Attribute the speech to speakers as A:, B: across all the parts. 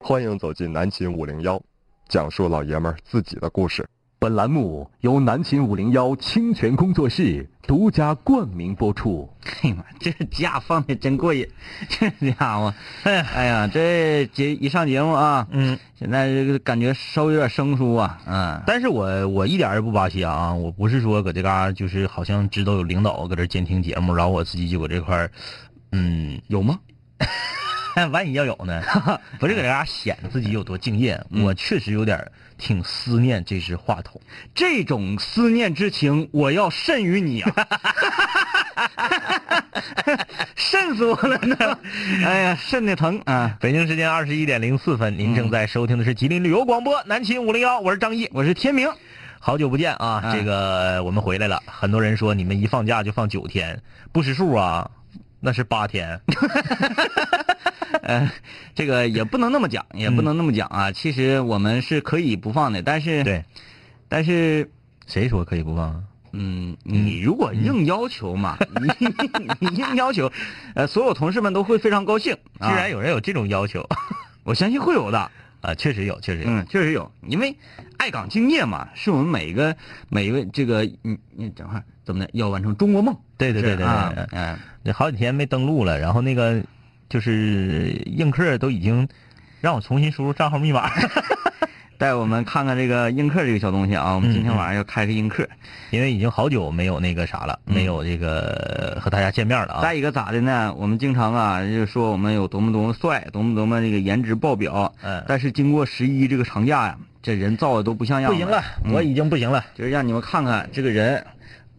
A: 欢迎走进南秦五零幺，讲述老爷们儿自己的故事。
B: 本栏目由南秦五零幺清泉工作室独家冠名播出。
C: 哎呀妈，这假放的真过瘾，这家伙，哎呀，这节一上节目啊，
D: 嗯，
C: 现在这个感觉稍微有点生疏啊，嗯，
D: 但是我我一点儿也不扒瞎啊，我不是说搁这嘎就是好像知道有领导搁这监听节目，然后我自己就搁这块儿，嗯，
C: 有吗？
D: 万一要有 呢，不是搁这嘎显自己有多敬业，
C: 嗯
D: 我确实有点儿挺思念这只话筒。
C: 这种思念之情，我要甚于你 啊！ 肾死我了 呢！哎呀，肾的疼啊！
D: 北京时间二十一点零四分，您
C: 嗯
D: 正在收听的是吉林旅游广播南秦五零幺，我是张毅，
C: 我是天明，
D: 好久不见啊！
C: 哎
D: 这个我们回来了，很多人说你们一放假就放九天，不识数啊，那是 八天。
C: 呃，这个也不能那么讲，也
D: 嗯
C: 不能那么讲啊。其实我们是可以不放的，但是，
D: 对，
C: 但是，
D: 谁说可以不放啊？
C: 嗯，你如果硬要求 嘛，你你硬要求，呃，所有同事们都会非常高兴。
D: 居然
C: 有，
D: 有人有这种要求
C: 我相信会有的。
D: 啊！确实有，确实有。
C: 嗯，确实有，因为爱岗敬业嘛，是我们每一个每一位这个你你等会儿怎么的要完成中国梦。
D: 对对对
C: 是
D: 对
C: 啊
D: 对，对
C: 嗯，
D: 这好几天没登录了，然后那个就是映客都已经让我重新输入账号密码，
C: 带我们看看这个映客这个小东西啊，我们今天
D: 嗯嗯嗯
C: 晚上要开个映客。
D: 因为已经好久没有那个啥了，
C: 嗯
D: 没有这个和大家见面了啊
C: 再。一个咋的呢？我们经常啊，就说我们有多么多么帅，多么多么这个颜值爆表。
D: 嗯，
C: 但是经过十一这个长假呀，这人造的都不像样
D: 不行了，嗯我已经不行了。
C: 就是让你们看看这个人，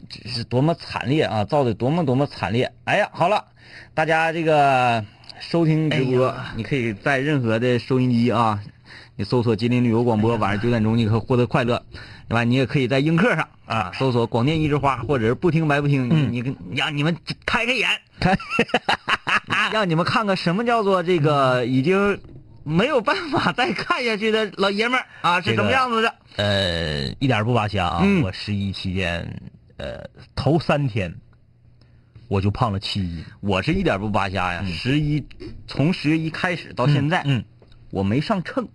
C: 这是多么惨烈啊，造的多么多么惨烈。哎呀，好了，大家这个收听直播，你可以在任何的收音机啊，你搜索吉林旅游广播，晚上九点钟你可以获得快乐。另外，你也可以在映客上啊，搜索“广电一枝花”或者是“不听白不听”，你你你让你们嗯开开眼，让你们看看什么叫做这个已经没有办法再看下去的老爷们儿啊是
D: 这个
C: 什么样子的。
D: 呃，一点儿不扒瞎啊！
C: 嗯
D: 我十一期间，呃，头三天我就胖了七斤。
C: 我是一点不扒瞎呀，十一、从十一开始到现在，
D: 嗯，
C: 我没上秤，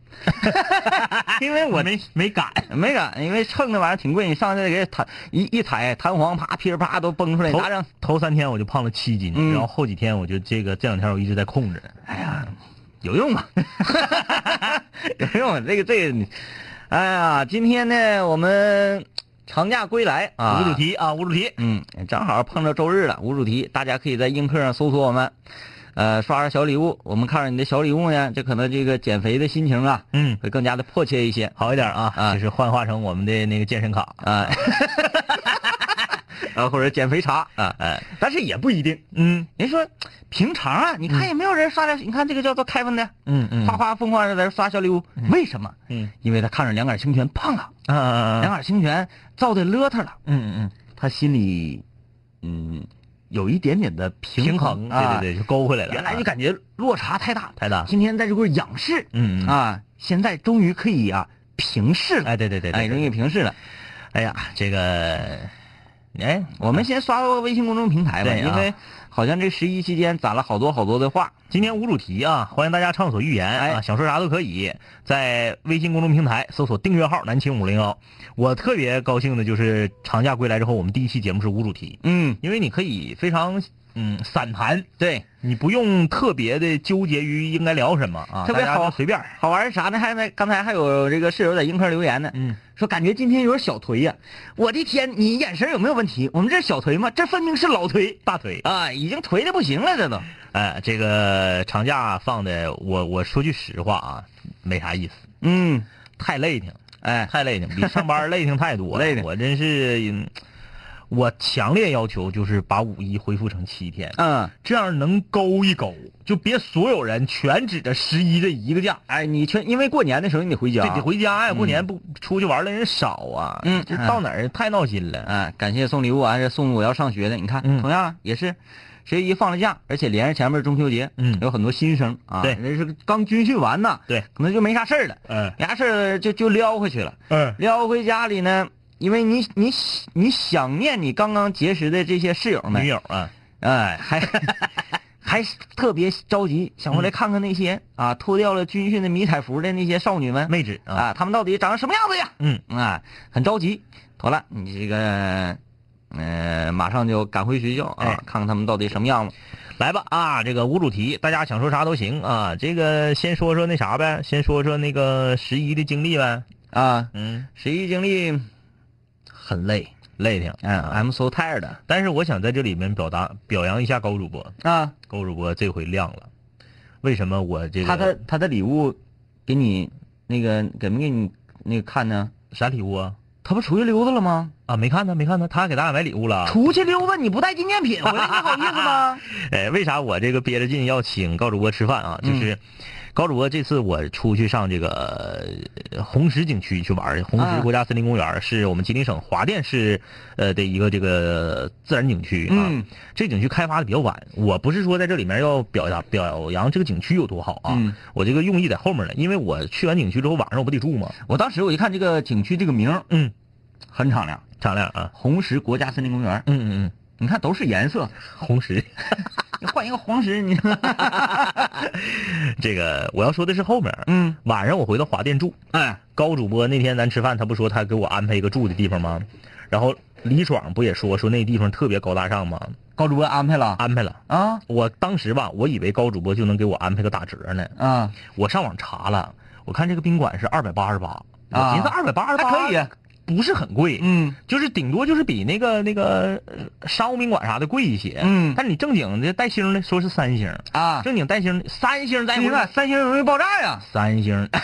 C: 因为我
D: 没没敢。
C: 没敢，因为秤那玩意儿挺贵，你上去给弹一一踩弹簧，啪噼里啪啦都崩出来，
D: 头
C: 咋整？
D: 头三天我就胖了七斤，
C: 嗯
D: 然后后几天我就这个这两天我一直在控制。
C: 有用吗？ 有用，这个这个你，哎呀，今天呢，我们长假归来啊，
D: 无主题啊，无主题。
C: 嗯，正好碰着周日了，无主题，大家可以在映客上搜索我们，呃，刷刷小礼物，我们看着你的小礼物呢，这可能这个减肥的心情啊，
D: 嗯，
C: 会更加的迫切一些。
D: 好一点啊，
C: 啊
D: 就是幻化成我们的那个健身卡。
C: 啊，啊，
D: 呃
C: 或者减肥茶啊，哎，但是也不一定。
D: 嗯
C: 人说平常啊，你看也没有人刷的，你看这个叫做凯文的，
D: 嗯嗯
C: 哗哗疯狂的在这刷小礼物，为什么？
D: 嗯
C: 因为他看着两杆清泉胖了，
D: 啊啊
C: 两
D: 啊
C: 杆清泉造的邋遢了，
D: 嗯嗯
C: 他心里嗯有一点点的
D: 嗯，
C: 平
D: 平衡，
C: 啊，
D: 对对对，就勾回来了。
C: 原来就
D: 啊
C: 感觉落差太大，
D: 太大。
C: 今天在这块仰视
D: 嗯嗯，
C: 啊，现在终于可以啊平视了，
D: 哎对对对，对
C: 哎，
D: 对
C: 终于平视了。
D: 哎呀，这个，哎，
C: 我们先刷个微信公众平台吧，
D: 对啊
C: 因为好像这十一期间攒了好多好多的话。
D: 今天无主题啊，欢迎大家畅所欲言啊，
C: 哎
D: 想说啥都可以，在微信公众平台搜索订阅号“南青五零幺”。我特别高兴的就是长假归来之后，我们第一期节目是无主题，
C: 嗯，
D: 因为你可以非常嗯散谈，
C: 对，
D: 你不用特别的纠结于应该聊什么啊，
C: 特别
D: 大家
C: 好
D: 就随便。
C: 好玩是啥呢？还在刚才还有这个室友在映客留言呢，
D: 嗯，
C: 说感觉今天有点小颓呀、我的天，你眼神有没有问题？我们这是小颓吗？这分明是老颓
D: 大腿，
C: 啊，已经颓的不行了，这都。
D: 呃，这个长假放的，我我说句实话啊，没啥意思，
C: 嗯，
D: 太累挺。
C: 哎，
D: 太累挺，比上班累挺太 多了。
C: 累挺
D: 我真是，嗯我强烈要求就是把五一恢复成七天，
C: 嗯，
D: 这样能勾一勾，就别所有人全指着十一这一个假。
C: 哎，你全因为过年的时候你得回家，
D: 这得回家呀，过年不出去玩的人少啊，
C: 啊嗯
D: 这到哪儿太闹心了。
C: 啊，感谢送礼物，还是送我要上学的。你看，
D: 嗯
C: 同样啊也是，十一放了假，而且连着前面中秋节，
D: 嗯
C: 有很多新生啊，
D: 对
C: 那是刚军训完呢，
D: 对，
C: 可能就没啥事儿了，
D: 嗯
C: 没啥事儿就就撩回去了，
D: 嗯
C: 撩回家里呢，因为你你你想念你刚刚结识的这些室友们
D: 女，友啊，
C: 哎，还。还是特别着急想
D: 嗯
C: 回来看看那些、啊脱掉了军训的迷彩服的那些少女们
D: 妹纸啊，
C: 啊，她们到底长成什么样子呀？
D: 嗯
C: 啊，很着急。妥了，你这个呃，马上就赶回学校啊，
D: 哎
C: 看看她们到底什么样子。
D: 来吧啊，这个无主题，大家想说啥都行啊。这个先说说那啥呗，先说说那个十一的经历呗。
C: 啊，
D: 嗯，
C: 十一经历很累，
D: 累挺。
C: 嗯、i m so tired
D: 但是我想在这里面表达表扬一下高主播，
C: 啊。
D: 高主播这回亮了。为什么我这个
C: 他的他的礼物给你那个给没给你那个看呢？
D: 啥礼物啊？
C: 他不出去溜达了吗？啊
D: 啊，没看呢，没看呢，他给咱俩买礼物了。
C: 出去溜达你不带纪念品回来，你好意思 吗？
D: 哎，为啥我这个憋着劲要请高主播吃饭啊？就是高主播这次我出去上这个呃红石景区去玩儿，红
C: 啊
D: 石国家森林公园儿是我们吉林省华甸市呃的一个这个自然景区啊。
C: 嗯
D: 这景区开发的比较晚，我不是说在这里面要表扬表扬这个景区有多好啊，
C: 嗯
D: 我这个用意在后面呢，因为我去完景区之后晚上我不得住吗？
C: 我当时我一看这个景区这个名儿
D: 嗯，
C: 很敞亮，
D: 敞亮啊，
C: 红石国家森林公园。
D: 嗯嗯嗯，
C: 你看都是颜色，
D: 红石。
C: 你换一个黄石，你
D: 这个我要说的是后面，
C: 嗯，
D: 晚上我回到华电住，
C: 哎，
D: 高主播那天咱吃饭，他不说他给我安排一个住的地方吗？然后李爽不也说说那地方特别高大上吗？
C: 高主播安排了
D: 安排了，
C: 啊
D: 我当时吧，我以为高主播就能给我安排个打折呢，
C: 啊，
D: 我上网查了，我看这个宾馆是二百八十八，我寻思二百八十八
C: 啊还可以，
D: 不是很贵，
C: 嗯
D: 就是顶多就是比那个那个呃商务宾馆啥的贵一些。
C: 嗯
D: 但你正经的带星的说是三星，
C: 啊，嗯
D: 正经带星三星带
C: 你看三星容易爆炸呀，
D: 三星，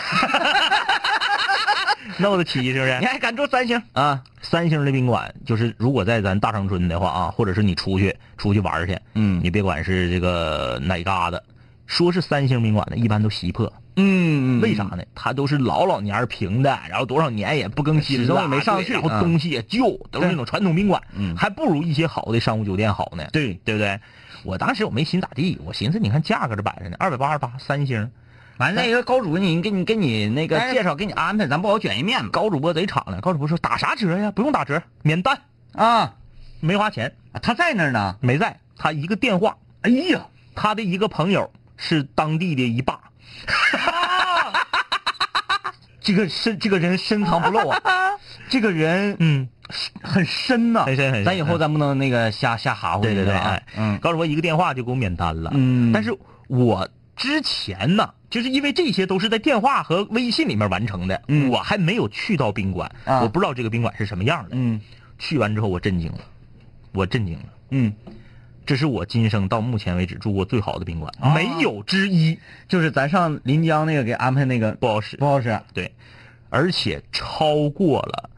D: 弄得起是不是
C: 你？还敢住三星啊？
D: 三星的宾馆就是如果在咱大长春的话啊，或者是你出去出去玩儿去，
C: 嗯
D: 你别管是这个哪嘎达，说是三星宾馆的，一般都稀破。
C: 嗯
D: 为啥呢？它都是老老年儿平的，然后多少年也不更新了，
C: 始终也没上去
D: 对然后
C: 嗯
D: 东西也旧，都是那种传统宾馆，
C: 嗯
D: 还不如一些好的商务酒店好呢，
C: 对
D: 对不对？我当时我没心咋地，我寻思你看价格这摆着呢，二百八十八三星，
C: 完那个高主播，你给你给你那个
D: 哎
C: 介绍，给你安排，咱不好卷一面子
D: 高主播贼敞亮，高主播说打啥折呀？不用打折，免单，
C: 啊。
D: 没花钱，
C: 啊他在那儿呢。
D: 没在，他一个电话，
C: 哎呀，
D: 他的一个朋友是当地的一霸。 这个深，这个人深藏不露啊！这个人，嗯，
C: 很深呐、
D: 很深很深
C: 咱以后咱不能那个瞎瞎含糊。
D: 对对对，
C: 啊
D: 哎，
C: 嗯
D: 高主播一个电话就给我免单了。
C: 嗯
D: 但是我之前呢，就是因为这些都是在电话和微信里面完成的，
C: 嗯
D: 我还没有去到宾馆，
C: 啊
D: 我不知道这个宾馆是什么样的。
C: 嗯
D: 去完之后我震惊了，我震惊了，
C: 嗯，
D: 这是我今生到目前为止住过最好的宾馆，
C: 啊
D: 没有之
C: 嗯
D: 一，
C: 就是咱上临江那个给安排那个
D: 不好使
C: 不。好使，
D: 对，而且超过了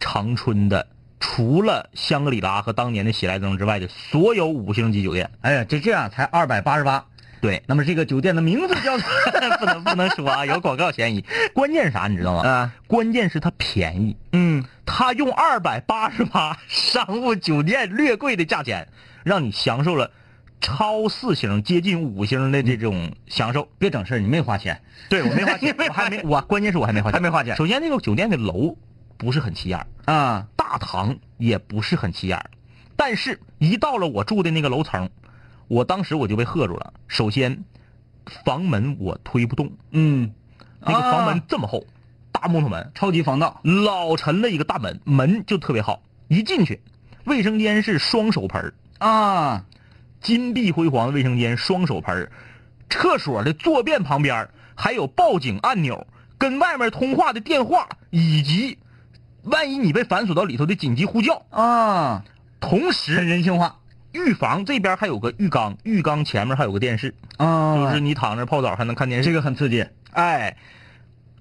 D: 长春的。除了香格里拉和当年的喜来登之外的所有五星级酒店，
C: 哎呀，就这样才二百八十八。
D: 对，
C: 那么这个酒店的名字叫
D: 不能不能说啊，有广告嫌疑。关键是啥，你知道吗？
C: 啊，
D: 关键是它便宜，
C: 嗯，
D: 它用二百八十八 商务酒店略贵的价钱，让你享受了超四星接近五星的这种享受。
C: 别整事儿，你没花钱，
D: 对我没花 钱，我还没我关键是我还没花钱，
C: 还没花钱
D: 首先那个酒店的楼不是很起眼儿，
C: 啊
D: 大堂也不是很起眼儿，但是一到了我住的那个楼层，我当时我就被吓住了。首先，房门我推不动。
C: 嗯，
D: 那个房门
C: 啊
D: 这么厚，大木头门，
C: 超级防盗，
D: 老沉的一个大门，门就特别好。一进去，卫生间是双手盆儿
C: 啊，
D: 金碧辉煌的卫生间，双手盆儿厕所的坐便旁边儿还有报警按钮，跟外面通话的电话，以及万一你被反锁到里头的紧急呼叫。
C: 啊，
D: 同
C: 很
D: 时，
C: 人性化
D: 浴房这边还有个浴缸，浴缸前面还有个电视，
C: 啊，
D: 就是你躺着泡澡还能看电视
C: 这。个很刺激，
D: 哎，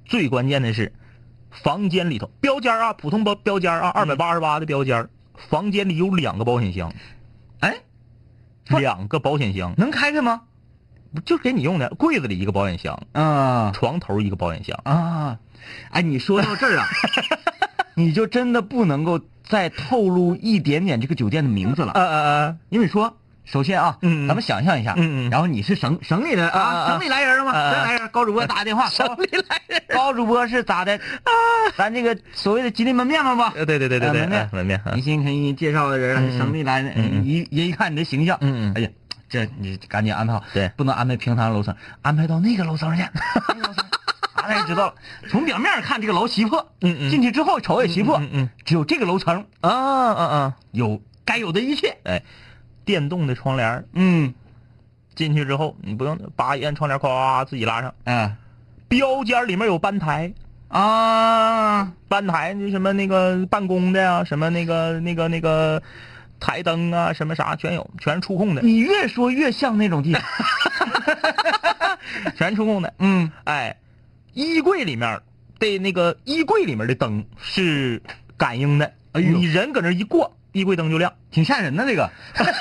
D: 最关键的是，房间里头标间儿啊，普通标标间儿啊，二百八十八的标间儿，房间里有两个保险箱，
C: 哎，不是
D: 两个保险箱，
C: 能开开吗？
D: 就给你用的。柜子里一个保险箱，
C: 啊，
D: 床头一个保险箱。
C: 啊，哎，你说到这儿 啊，你就真的不能够再透露一点点这个酒店的名字了，
D: 啊啊
C: 因为说，首先啊，
D: 嗯嗯
C: 咱们想象一下，
D: 嗯嗯
C: 然后你是省省里的啊，
D: 啊啊
C: 省里来人了吗？
D: 啊啊
C: 省里来人，高主播打个电话， 省里来啊人，高主播是咋的？咱这个所谓的吉林门面嘛吧，
D: 呃，对对对对
C: 啊
D: 对，
C: 门面
D: 哎门面啊
C: 你，先给你介绍的人了，
D: 嗯嗯
C: 是省里来的，
D: 嗯嗯
C: 一人一看你的形象，
D: 嗯嗯
C: 哎呀，这你赶紧安排好，
D: 对
C: 不能安排平常楼层，安排到那个楼层去。 那个楼层啊，大家知道了，从表面看这个楼奇破，
D: 嗯嗯
C: 进去之后瞅也奇破，
D: 嗯嗯
C: 只有这个楼层
D: 啊啊啊！
C: 有该有的一切，
D: 哎，电动的窗帘儿
C: 嗯
D: 进去之后，你不用扒一按窗帘，咵自己拉上。
C: 啊
D: 标间儿里面有班台，
C: 啊，
D: 班台那什么那个办公的呀、什么那个那个那个台灯啊，什么啥全有，全是触控的，
C: 你越说越像那种地方，
D: 全是触控的。
C: 嗯
D: 哎，衣柜里面的那个衣柜里面的灯是感应的，
C: 哎呦
D: 你人搁那一过，衣柜灯就亮。
C: 挺吓人的这个，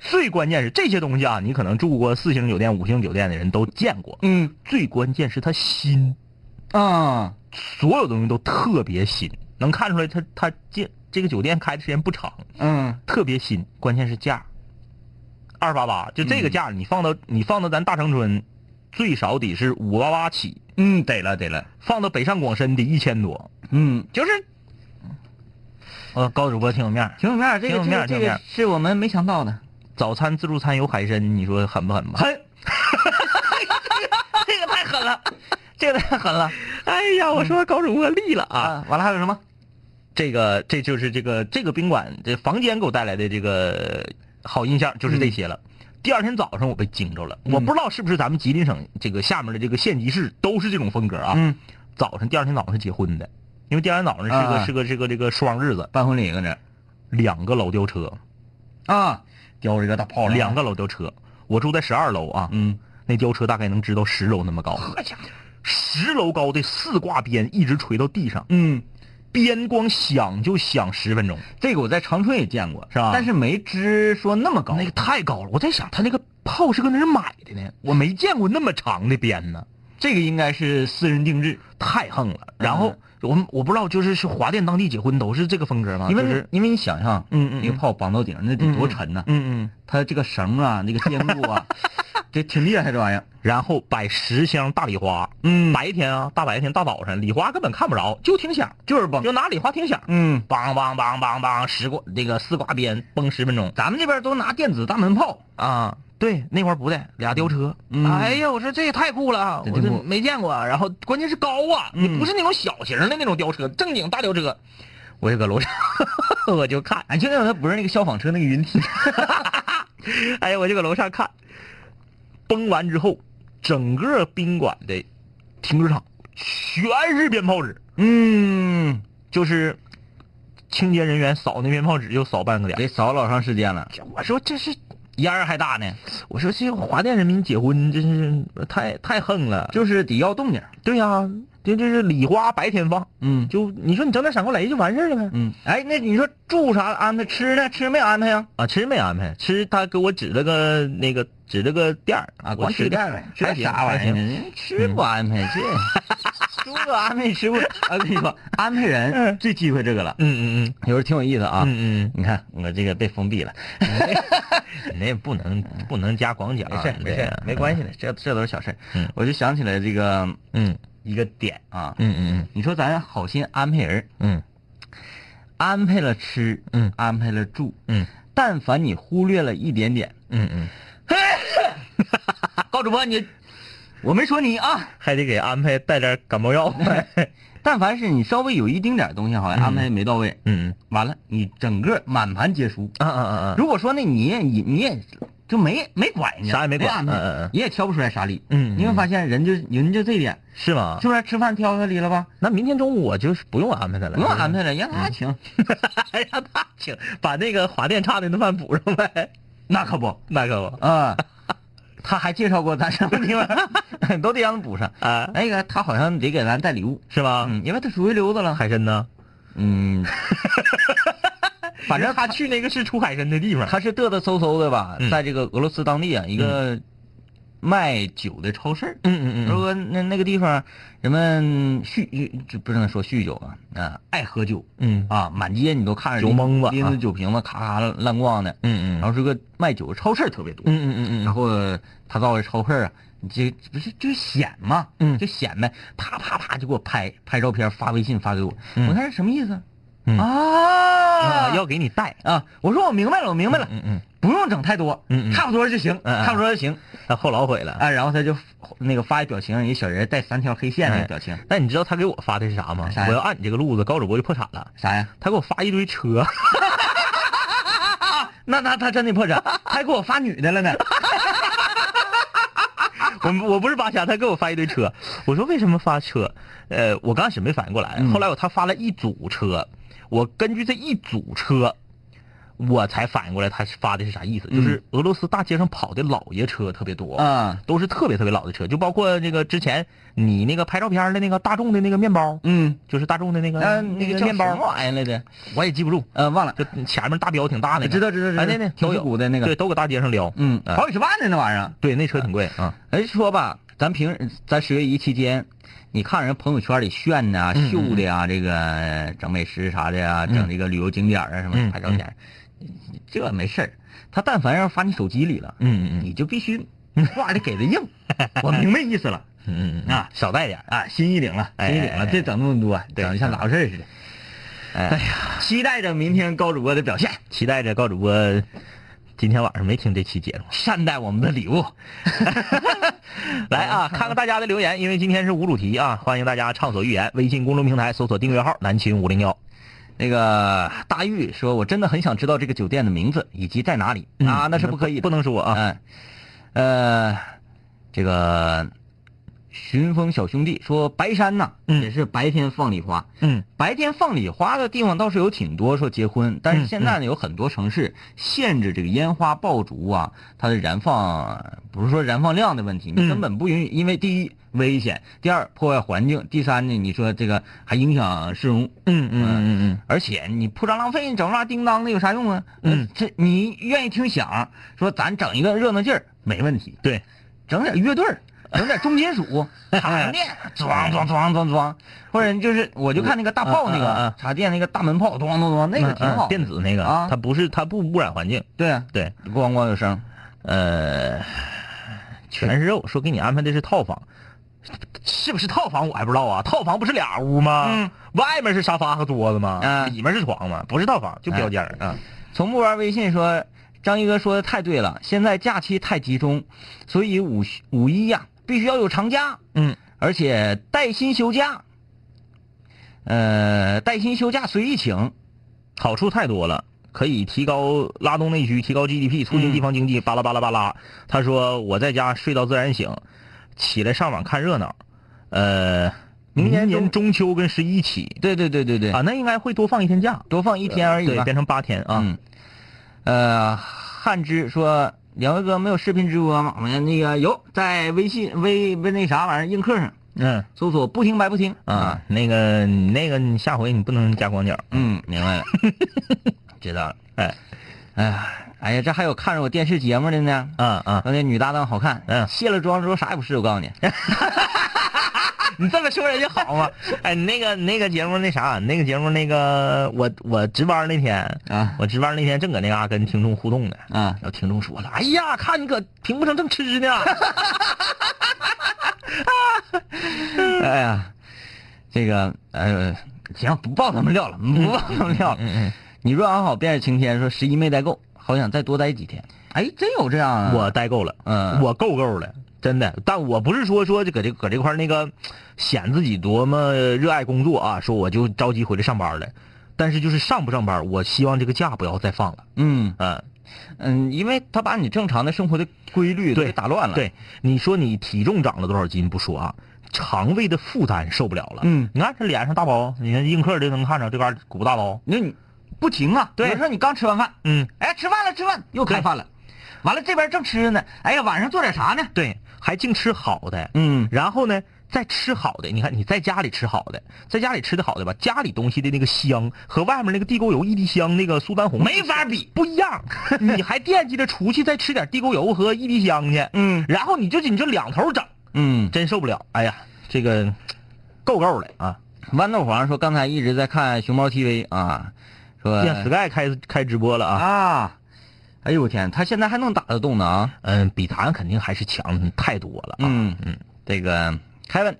D: 最关键是这些东西啊，你可能住过四星酒店、五星酒店的人都见过。
C: 嗯
D: 最关键是它新，
C: 啊，
D: 所有东西都特别新，能看出来它它这这个酒店开的时间不长，
C: 嗯
D: 特别新。关键是价，二八八，就
C: 嗯
D: 这个价，你放到、你放到咱大长春，最少得是五八八起，
C: 嗯，得了得了，
D: 放到北上广深得一千多，
C: 嗯，
D: 就是，呃，高主播挺有面儿。
C: 挺有面儿，这个
D: 挺有面儿
C: 这个
D: 挺有
C: 这
D: 面
C: 个
D: 儿
C: 是我们没想到的，
D: 早餐自助餐有海参，你说狠不狠吧？
C: 狠，
D: 这个太狠了，这个太狠了。
C: 哎呀，我说高主播厉了啊，
D: 啊，完了还有什么？这个这就是这个这个宾馆这房间给我带来的这个好印象就是这些了。第二天早上我被惊着了，我不知道是不是咱们吉林省这个下面的这个县级市都是这种风格啊。
C: 嗯，
D: 早上第二天早上是结婚的，因为第二天早上是个、
C: 啊
D: 是个是个这个双日子，
C: 办婚礼搁这儿
D: 两个老吊车，
C: 啊，叼着一个大炮
D: 两，个老吊车。我住在十二楼啊，
C: 嗯，
D: 那吊车大概能直到十楼那么高，
C: 哎呀，
D: 十楼高的四挂鞭一直垂到地上，
C: 嗯，
D: 鞭光响就响十分钟。
C: 这个我在长春也见过，
D: 是吧
C: 但是没知说那么高，
D: 那个太高了，我在想他那个炮是搁哪儿买的呢？我没见过那么长的鞭呢，
C: 这个应该是私人定制，
D: 太横了。然后我们我不知道，就是是华电当地结婚都是这个风格吗？
C: 因为、
D: 啊就是
C: 因为你想象，
D: 嗯嗯嗯
C: 那个炮绑到顶那得多沉呐、
D: 嗯嗯，
C: 它这个绳啊，那个坚固 啊，这挺厉害这玩意儿，
D: 然后摆十箱大礼花，
C: 嗯
D: 白天啊，大白天大早晨，礼花根本看不着，就听响，
C: 就是蹦，
D: 就拿礼花听响，
C: 嗯，
D: 梆梆梆梆梆，十挂那个四挂鞭崩十分钟
C: 咱们这边都拿电子大门炮，
D: 啊。对，那块儿不带俩吊车，
C: 嗯
D: 哎呀，我说这也太酷了啊，
C: 真
D: 我
C: 挺
D: 这
C: 酷
D: 没见过啊。然后关键是高啊，
C: 嗯
D: 你不是那种小型的那种吊车，正经大吊车。我就搁楼上， 我就看，
C: 俺就那它不是那个消防车那个云梯，
D: 哎呀，我就搁楼上看。崩完之后，整个宾馆的停车场全是鞭炮纸，
C: 嗯，
D: 就是清洁人员扫那鞭炮纸就扫半个点儿。
C: 得扫老长时间了，
D: 我说这是烟儿还大呢，我说这华电人民结婚真是太太横了。
C: 就是得要动静儿，
D: 对呀、这这是礼花白天放，
C: 嗯
D: 就你说你整点闪光雷就完事儿了呗。
C: 嗯，哎，那你说住啥安排？吃呢？吃没安排呀？
D: 啊，吃没安排，吃他给我指了个那个指了个店儿
C: 啊，
D: 我
C: 光
D: 去
C: 吃
D: 了
C: 点呗，
D: 还行
C: 啥玩意
D: 还
C: 儿
D: 行
C: 呢？吃不安排这， 住不安排吃不？啊我跟你说，安排人
D: 嗯
C: 最忌讳这个了。
D: 嗯嗯
C: 有时候挺有意思啊。
D: 嗯嗯
C: 你看我这个被封闭了，
D: 嗯，你那也不能不能加广角
C: 没
D: 啊，
C: 事儿没事
D: 对
C: 儿，没关系的，这这都是小事儿
D: 嗯
C: 我就想起来这个
D: 嗯
C: 一个点啊，
D: 嗯嗯
C: 你说咱好心安排人，
D: 嗯
C: 安排了吃，
D: 嗯
C: 安排了住，
D: 嗯
C: 但凡你忽略了一点点，
D: 嗯嗯，
C: 高主播你，我没说你啊，
D: 还得给安排带点感冒药。
C: 但凡是你稍微有一丁点儿东西，好像安排没到位，
D: 嗯
C: 完了你整个满盘皆输。
D: 啊啊啊啊，
C: 如果说那你也你你也就没没管人家，
D: 啥也没管
C: 安排
D: 嗯嗯嗯
C: 你也挑不出来啥理。
D: 嗯嗯啊
C: 你会发现人就人就这点，
D: 是吗？
C: 是不是？吃饭挑他理了吧？
D: 那明天中午我就是不用安排他了，
C: 不用安排了，让他请。
D: 排，让他请把那个华电差的那饭补上呗。
C: 那可不
D: 那可不
C: 啊，他还介绍过咱什么地 方，都得让他补上。
D: 啊，
C: 那个他好像得给咱带礼物，
D: 是吧？
C: 嗯，因为他属于溜子了。
D: 海参呢？
C: 嗯，反正
D: 他
C: 他
D: 去那个是出海参的地方。
C: 他是嘚嘚嗖嗖的吧，
D: 嗯
C: 在这个俄罗斯当地啊，一个卖酒的超市儿。
D: 嗯
C: 如果那那个地方人们酗，就不能说酗酒啊，啊，爱喝酒
D: 嗯
C: 啊，满街你都看着
D: 酒蒙子啊
C: 拎着酒瓶子咔咔乱逛的，
D: 嗯
C: 然后是个卖酒的超市特别多，
D: 嗯嗯
C: 然后他到了超市啊，你这不是就是显嘛，
D: 嗯
C: 就显呗，啪啪啪就给我拍拍照片发微信发给我，
D: 嗯
C: 我看是什么意思
D: 嗯啊
C: 啊？
D: 要给你带。
C: 啊，我说我明白了，我明白了，
D: 嗯嗯，
C: 不不用整太多，
D: 嗯嗯
C: 差不多就行，
D: 嗯嗯
C: 差不多就行
D: 他后老悔了。
C: 啊。然后他就那个发一表情，一小人带三条黑线
D: 哎
C: 那个表情，
D: 但你知道他给我发的是啥吗？
C: 啥呀
D: 我要按你这个路子，高主播就破产了。
C: 啥呀？
D: 他给我发一堆车，
C: 那那他真的 破产，还给我发女的了呢。
D: 我我不是扒瞎，他给我发一堆车。我说为什么发车？呃，我刚开始没反应过来，
C: 嗯
D: 后来我他发了一组车，我根据这一组车，我才反应过来他是发的是啥意思，就是俄罗斯大街上跑的老爷车特别多。
C: 嗯啊，
D: 都是特别特别老的车，就包括那个之前你那个拍照片的那个大众的那个面包，
C: 嗯，
D: 就是大众的那个、
C: 那
D: 那
C: 那个
D: 个面
C: 叫什么
D: 包，
C: 玩意儿来着？
D: 我也记不住，
C: 呃，忘了，
D: 就前面大标挺大那个，
C: 知道知道知道
D: 哎，那那
C: 挺
D: 都有
C: 鼓的那个
D: 对，都搁大街上撩，
C: 嗯，
D: 哎
C: 好几十万呢那玩意儿。
D: 对，那车挺贵啊，
C: 哎，说吧，咱平咱十月一期间，你看人朋友圈里炫的啊、
D: 嗯嗯
C: 秀的啊，这个整美食啥的呀、整这个旅游景点啊什么
D: 嗯
C: 拍照片，这没事儿。他但凡要发你手机里了，
D: 嗯嗯嗯
C: 你就必须话得给的硬。 我明白意思了
D: 嗯嗯嗯
C: 啊，少带点啊，心意领了，
D: 哎
C: 心意领了，
D: 哎哎
C: 别整那么多，
D: 对
C: 整的像咋回事儿似的。啊哎呀，期待着明天高主播的表现，
D: 期待着高主播今天晚上没听这期节目，
C: 善待我们的礼物。
D: 来啊，看看大家的留言，因为今天是无主题啊，欢迎大家畅所欲言。微信公众平台搜索订阅号“南秦五零幺
C: 那个大玉说：“我真的很想知道这个酒店的名字以及在哪里、”啊，那是不可以的，
D: 嗯不能说啊。
C: 嗯，呃，这个寻风小兄弟说白山呐、
D: 嗯
C: 也是白天放礼花，
D: 嗯
C: 白天放礼花的地方倒是有挺多，说结婚，但
D: 嗯
C: 是现在呢，有很多城市限制这个烟花爆竹啊，它的燃放不是说燃放量的问题，你
D: 嗯
C: 根本不允许，因为第一危险，第二破坏环境，第三呢，你说这个还影响市容。
D: 嗯嗯嗯
C: 而且你铺张浪费，你整那叮当的有啥用啊？
D: 嗯
C: 呃，这你愿意听响，说咱整一个热闹劲儿没问题，
D: 对，
C: 整 点乐队儿，整点重金属
D: 哎
C: 茶店，装装装装装，或者就是我就看那个大炮那
D: 嗯嗯嗯嗯
C: 个茶店那个大门炮，咣咣咣，那
D: 嗯，
C: 个挺好的，
D: 电子那个，
C: 啊
D: 它，不是它不污染环境，
C: 对啊，
D: 对，
C: 咣咣有声，
D: 呃，全是肉，说给你安排的是套房，是不是套房我还不知道啊？套房不是俩屋吗？
C: 嗯
D: 外面是沙发和桌子吗？
C: 啊
D: 里面是床吗？不是套房，就标间
C: 嗯
D: 儿啊。
C: 从不玩微信说，张一哥说的太对了，现在假期太集中，所以五五一呀、必须要有长假，
D: 嗯，
C: 而且带薪休假，呃，带薪休假随意请，
D: 好处太多了，可以提高拉动内需，提高 GDP，促进地方经济，巴拉巴拉巴拉。他说我在家睡到自然醒，起来上网看热闹。呃，明
C: 明年
D: 年中秋跟十一起
C: 对对对对对，
D: 啊，那应该会多放一天假，
C: 多放一天而已
D: 对，
C: 吧。
D: 变成八天啊。
C: 嗯，呃，汉之说，两位哥没有视频直播吗？我们那个有，在微信微微那啥玩意儿映客上
D: 嗯
C: 搜索“不听白不听”
D: 啊，，那个你那个，你下回你不能加广角。
C: 嗯，明白了， 知道了。
D: 哎，
C: 哎呀，哎呀，这还有看着我电视节目的呢。
D: 啊啊！
C: 说那女搭档好看，
D: 嗯
C: 卸了妆之后啥也不是，我告诉你，
D: 你这么说人家好吗？哎，你那个你那个节目那啥，你那个节目那个我我值班那天
C: 啊
D: 我值班那天正搁那嘎、跟听众互动呢，
C: 啊
D: 然后听众说了，哎呀，看你搁屏幕上正吃呢，
C: 哎呀，这个呃，行，不爆他们料了，不爆他们料了。
D: 嗯嗯
C: 你若安好，便是晴天。说十一没待够，好想再多待几天。哎，真有这样啊！
D: 我待够了，
C: 嗯
D: 我够够了。真的，但我不是说说就搁这搁这块儿那个显自己多么热爱工作啊，说我就着急回来上班了，但是就是上不上班，我希望这个假不要再放了。
C: 嗯
D: 嗯，
C: 嗯，因为他把你正常的生活的规律都
D: 对
C: 给打乱了。，
D: 对，你说你体重长了多少斤不说啊，肠胃的负担受不了了。
C: 嗯，
D: 你看这脸上大包，你看映客就能看着这嘎儿鼓大包。
C: 那你不停啊。
D: 对
C: 比如说你刚吃完饭，
D: 嗯，
C: 哎，吃饭了，吃饭了又开饭了，完了这边正吃着呢，哎呀，晚上做点啥呢？
D: 对，还净吃好的。
C: 嗯
D: 然后呢，再吃好的，你看你在家里吃好的，在家里吃的好的吧，家里东西的那个香和外面那个地沟油、一滴香、那个苏丹红
C: 没法比，
D: 不 一样。你还惦记着出去再吃点地沟油和一滴香去，
C: 嗯
D: 然后你就你就两头整，
C: 嗯。
D: 真受不了。哎呀，这个够够了啊！
C: 豌豆黄说刚才一直在看熊猫 TV 啊，说
D: 见 Sky 开开直播了啊。
C: 啊，哎呦我天，他现在还能打得动呢啊！
D: 嗯，比咱肯定还
C: 嗯
D: 是强太多了啊。
C: 嗯，这个凯文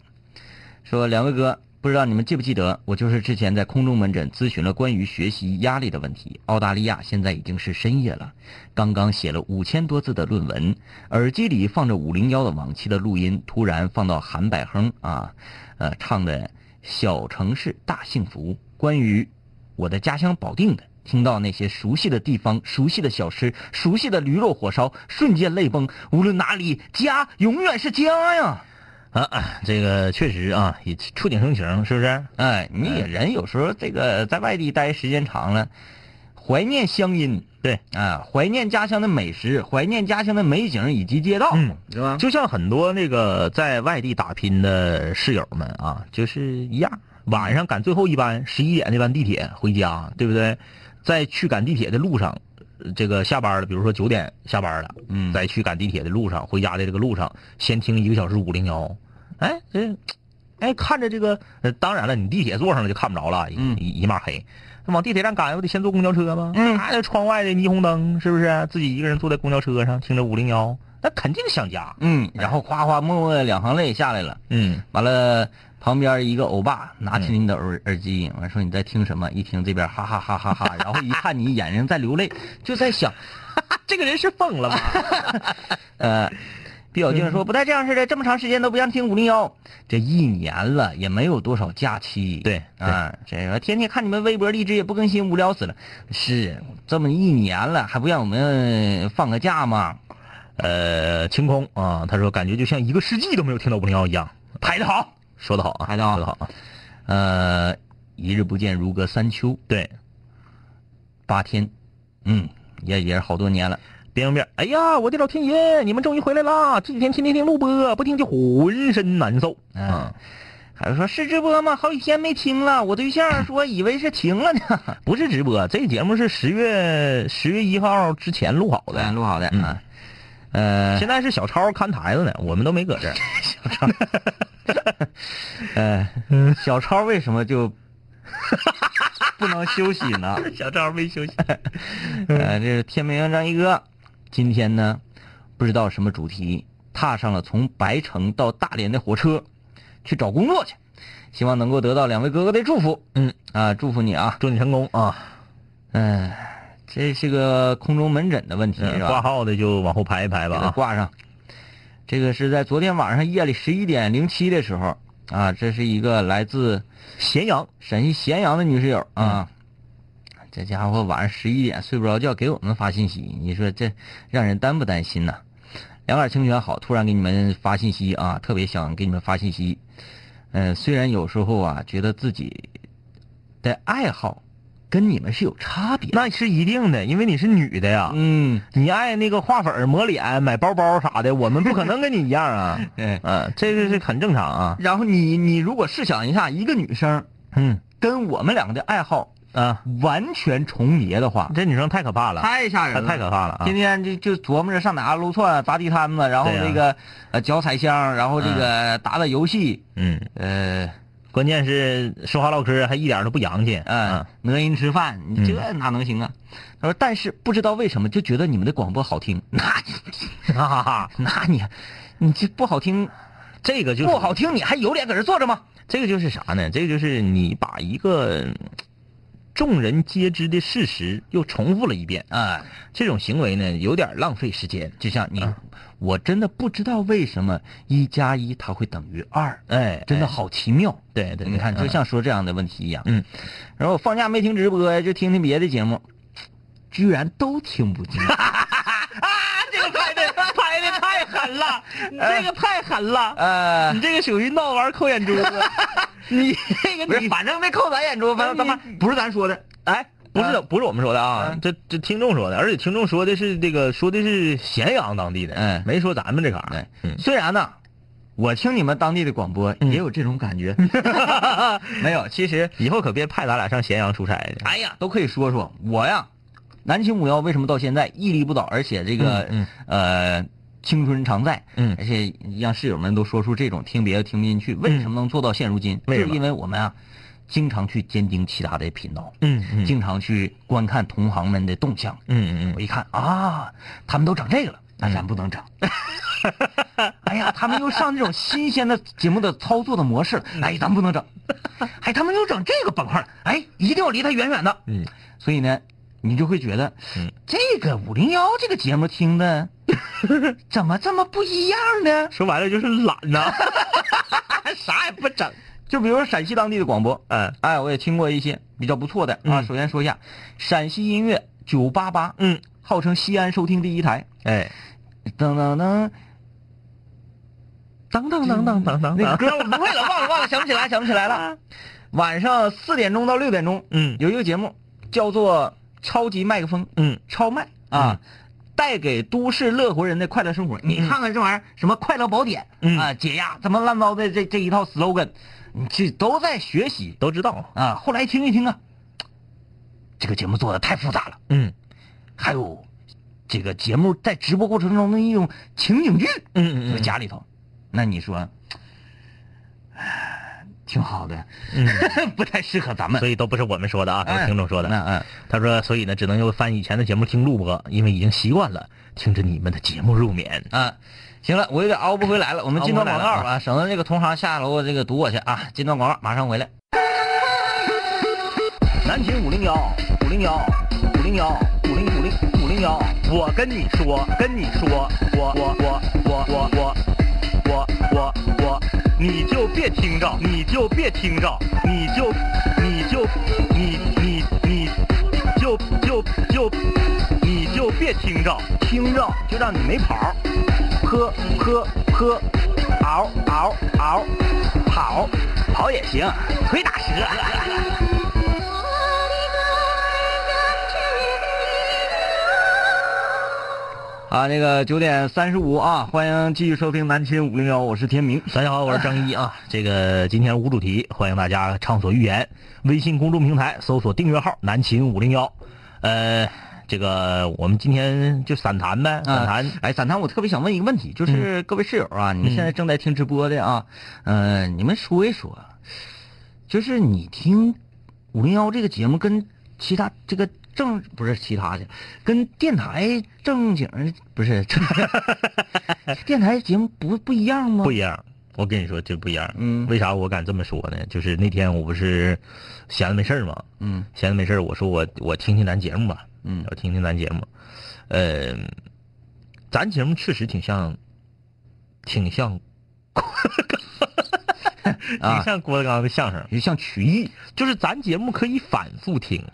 C: 说两位哥，不不知道你们记不记得，我就是之前在空中门诊咨询了关于学习压力的问题。澳大利亚现在已经是深夜了，刚刚写了五千多字的论文，耳机里放着五零幺的往期的录音，突然放到韩百亨啊，呃唱的《小城市大幸福》，关于我的家乡保定的。听到那些熟悉的地方、熟悉的小吃、熟悉的驴肉火烧，瞬间泪崩。无论哪里，家永远是家呀！
D: 啊啊，这个确实啊，也触景生情，是不是？
C: 哎，你也人有时候这个在外地待时间长了，怀念乡音，
D: 对
C: 啊，怀念家乡的美食，怀念家乡的美景以及街道，
D: 嗯
C: 是吧？
D: 就像很多那个在外地打拼的室友们啊，就是一样，晚上赶最后一班十一点那班地铁回家，对不对？在去赶地铁的路上，呃这个下班了，比如说九点下班了，
C: 嗯
D: 在去赶地铁的路上，回家的这个路上，先听一个小时五零幺，哎，这，哎，看着这个，呃当然了，你地铁坐上了就看不着了，
C: 嗯
D: 一一码黑。那往地铁站赶，不得先坐公交车吗？
C: 嗯
D: 啊，那窗外的霓虹灯是不是？自己一个人坐在公交车上，听着五零幺，那肯定想家。
C: 嗯，然后夸夸默默两行泪下来了，
D: 嗯，
C: 完了旁边一个欧巴拿起你的耳耳机，完说你在听什么？一听这边哈哈哈哈哈，然后一看你眼睛在流泪，就在想，
D: 啊这个人是疯了吧？
C: 呃，毕小
D: 嗯
C: 静说不带这样似的，这么长时间都不让听五零幺，这一年了也没有多少假期。
D: 对对
C: 啊，这个天天看你们微博、荔枝也不更新，无聊死了。是这么一年了，还不让我们放个假吗？
D: 呃，晴空啊，他说感觉就像一个世纪都没有听到五零幺一样，排得好，说得好啊，
C: 排得好
D: 说得好啊，
C: 呃，一日不见如隔三秋，
D: 对，
C: 八天，嗯，也也是好多年了。
D: 边边，哎呀，我的老天爷，你们终于回来啦！这几天天天听录播，不听就浑身难受
C: 嗯
D: 啊。，
C: 还有说是直播吗？好几天没听了，我对象说以为是停了呢。
D: 不是直播，这个节目是十月十月一号之前录好
C: 对，
D: 的，
C: 录好的
D: 嗯
C: 啊，呃，
D: 现在是小超看台子呢，我们都没搁 这儿。哎
C: 呃，
D: 嗯
C: 小超为什么 就不能休息呢？
D: 小超没 休息，
C: 呃，这是天明阳张一哥，今天呢，不知道什么主题，踏上了从白城到大连的火车，去找工作去，希望能够得到两位哥哥的祝福。
D: 嗯，
C: 啊，祝福你啊。
D: 祝你成功啊！
C: 嗯、这是个空中门诊的问题
D: 嗯
C: 是
D: 挂
C: 吧？
D: 号的就往后排一排吧
C: 给它
D: 啊。
C: 挂上。这个是在昨天晚上夜里十一点零七的时候啊，这是一个来自
D: 咸阳，嗯
C: 陕西咸阳的女室友啊，这家伙晚上十一点睡不着觉，给我们发信息，你说这让人担不担心呐、两杆清泉好，突然给你们发信息啊，特别想给你们发信息。嗯、虽然有时候啊，觉得自己的爱好跟你们是有差别的，
D: 那是一定的，因为你是女的呀。
C: 嗯，
D: 你爱那个画粉儿、抹脸、买包包啥的，我们不可能跟你一样 啊。
C: 对。
D: 嗯，这个是很正常啊。
C: 然后你你如果试想一下，一个女生
D: 嗯
C: 跟我们两个的爱好
D: 啊，
C: 完全重叠的话，
D: 这女生太可怕了，
C: 太嗯吓人了，
D: 太可怕了啊
C: 天！天就就琢磨着上哪撸串、砸地摊子，然后
D: 对呀
C: 这个、呃脚踩箱，然后这个打打游戏，
D: 嗯，
C: 呃
D: 关键是说话唠嗑还一点都不洋气。
C: 呃
D: 啊，
C: 讹人吃饭，你这哪能行啊？他说，但是不知道为什么就觉得你们的广播好听，那你
D: 哈哈哈，
C: 那你你这不好听，
D: 这个就是
C: 不好听，你还有脸搁这坐着吗？
D: 这个就是啥呢？这个就是你把一个嗯众人皆知的事实又重复了一遍
C: 哎
D: 啊，这种行为呢有点浪费时间。
C: 就像你，我真的不知道为什么一加一它会等于二，
D: 哎，
C: 真的
D: 哎，
C: 好奇妙。
D: 对对，
C: 你看，
D: 嗯
C: 就像说这样的问题一样。
D: 嗯，
C: 然后我放假没听直播呀，就听听别的节目，居然都听不 进。
D: 啊这个拍的拍的太狠了，
C: 哎
D: 你这个太狠了，
C: 呃，
D: 你这个属于闹玩抠眼 珠子，你这
C: 不
D: 个
C: 是，
D: 你
C: 反正没扣咱眼珠，反正咱们不是咱说的。
D: 哎。不是
C: 啊
D: 的，不是我们说的啊
C: 嗯，
D: 这这听众说的，而且听众说的是这个说的是咸阳当地的，哎
C: 嗯
D: 没说咱们这嘎儿。
C: 对
D: 嗯，
C: 虽然呢，我听你们当地的广播
D: 嗯
C: 也有这种感觉， 没有，其实，
D: 以后可别派咱俩上咸阳出差去。
C: 哎呀，都可以说说我呀，南秦五幺为什么到现在屹立不倒，而且这个
D: 嗯
C: 呃青春常在，
D: 嗯
C: 而且让室友们都说出这种听别的听不进去，为什么能做到现如今？
D: 为什么
C: 就是因为我们啊，经常去监盯其他的频道，
D: 嗯嗯
C: 经常去观看同行们的动向。
D: 嗯嗯
C: 我一看啊，他们都整这个了，
D: 嗯
C: 那咱不能整。 哎呀，他们又上这种新鲜的节目的操作的模式，哎，咱不能整。哎，他们又整这个板块了，哎，一定要离他远远的。
D: 嗯，
C: 所以呢，你就会觉得，
D: 嗯
C: 这个五零幺这个节目听 的怎么这么不一样呢？
D: 说白了就是懒呐， 啥也不整。
C: 就比如说陕西当地的广播，
D: 嗯
C: 哎，我也听过一些比较不错的啊。
D: 嗯
C: 首先说一下，陕西音乐九八八，
D: 嗯，
C: 号称西安收听第一台，
D: 哎，
C: 噔噔噔，
D: 当当当当当当
C: 嗯那个
D: 当，
C: 歌我不会了，忘了忘了，想不起来，想不起来了。晚上四点钟到六点钟，
D: 嗯
C: 有一个节目叫做《超级麦克风》，
D: 嗯，
C: 超麦啊，带给都市乐活人的快乐生活。你看看这玩意儿，什么快乐宝典
D: 嗯
C: 啊，解压，怎么乱糟的这这一套 slogan，你这都在学习
D: 都知道。
C: 啊。后来听一听啊，这个节目做的太复杂了，
D: 嗯
C: 还有这个节目在直播过程中的一种情景剧，
D: 嗯嗯
C: 就
D: 嗯
C: 家里头，那你说，唉挺好的，
D: 嗯，
C: 不太适合咱们
D: 所。以都不是我们说的啊，都是听众说的。
C: 嗯嗯，
D: 他说，所以呢，只能又翻以前的节目听录播，因为已经习惯了听着你们的节目入眠。
C: 啊，行了，我有点熬不回来了，我们进段广告
D: 熬不回来
C: 啊，省得这个同行下楼这个堵我去啊。进段广告，马上回来。南秦五零幺，五零幺，五零幺，五零五零五零幺，
D: 我跟你说，跟你说，我我我我我我我我我，你就别听着，你就别听着，你就你就你你你就就就你就别听着，听着就让你没跑，喝喝喝，嗷嗷嗷，跑跑也行，腿打折。
C: 啊，那个九点三十五啊，欢迎继续收听南秦五零幺，我是天明。
D: 大家好，我是张一啊。 这个今天无主题，欢迎大家畅所欲言。微信公众平台搜索订阅号“南秦五零幺”。呃，这个我们今天就散谈呗，散谈。
C: 哎，散谈，我特别想问一个问题，
D: 嗯
C: 就是各位室友啊，你们现在正在听直播的啊，呃，你们说一说，就是你听五零幺这个节目跟其他这个正不是其他的，跟电台正经不是正 电台节目不不一样吗？
D: 不一样。我跟你说，这不一样。
C: 嗯
D: 为啥我敢这么说呢？就是那天我不是闲着没事儿嘛，
C: 嗯
D: 闲着没事儿，我说我我听听咱节目吧，
C: 嗯
D: 我听听咱节目。呃，咱节目确实挺像，挺像，挺
C: 啊，
D: 像郭德纲的相声。
C: 就像曲艺
D: 就是咱节目可以反复听，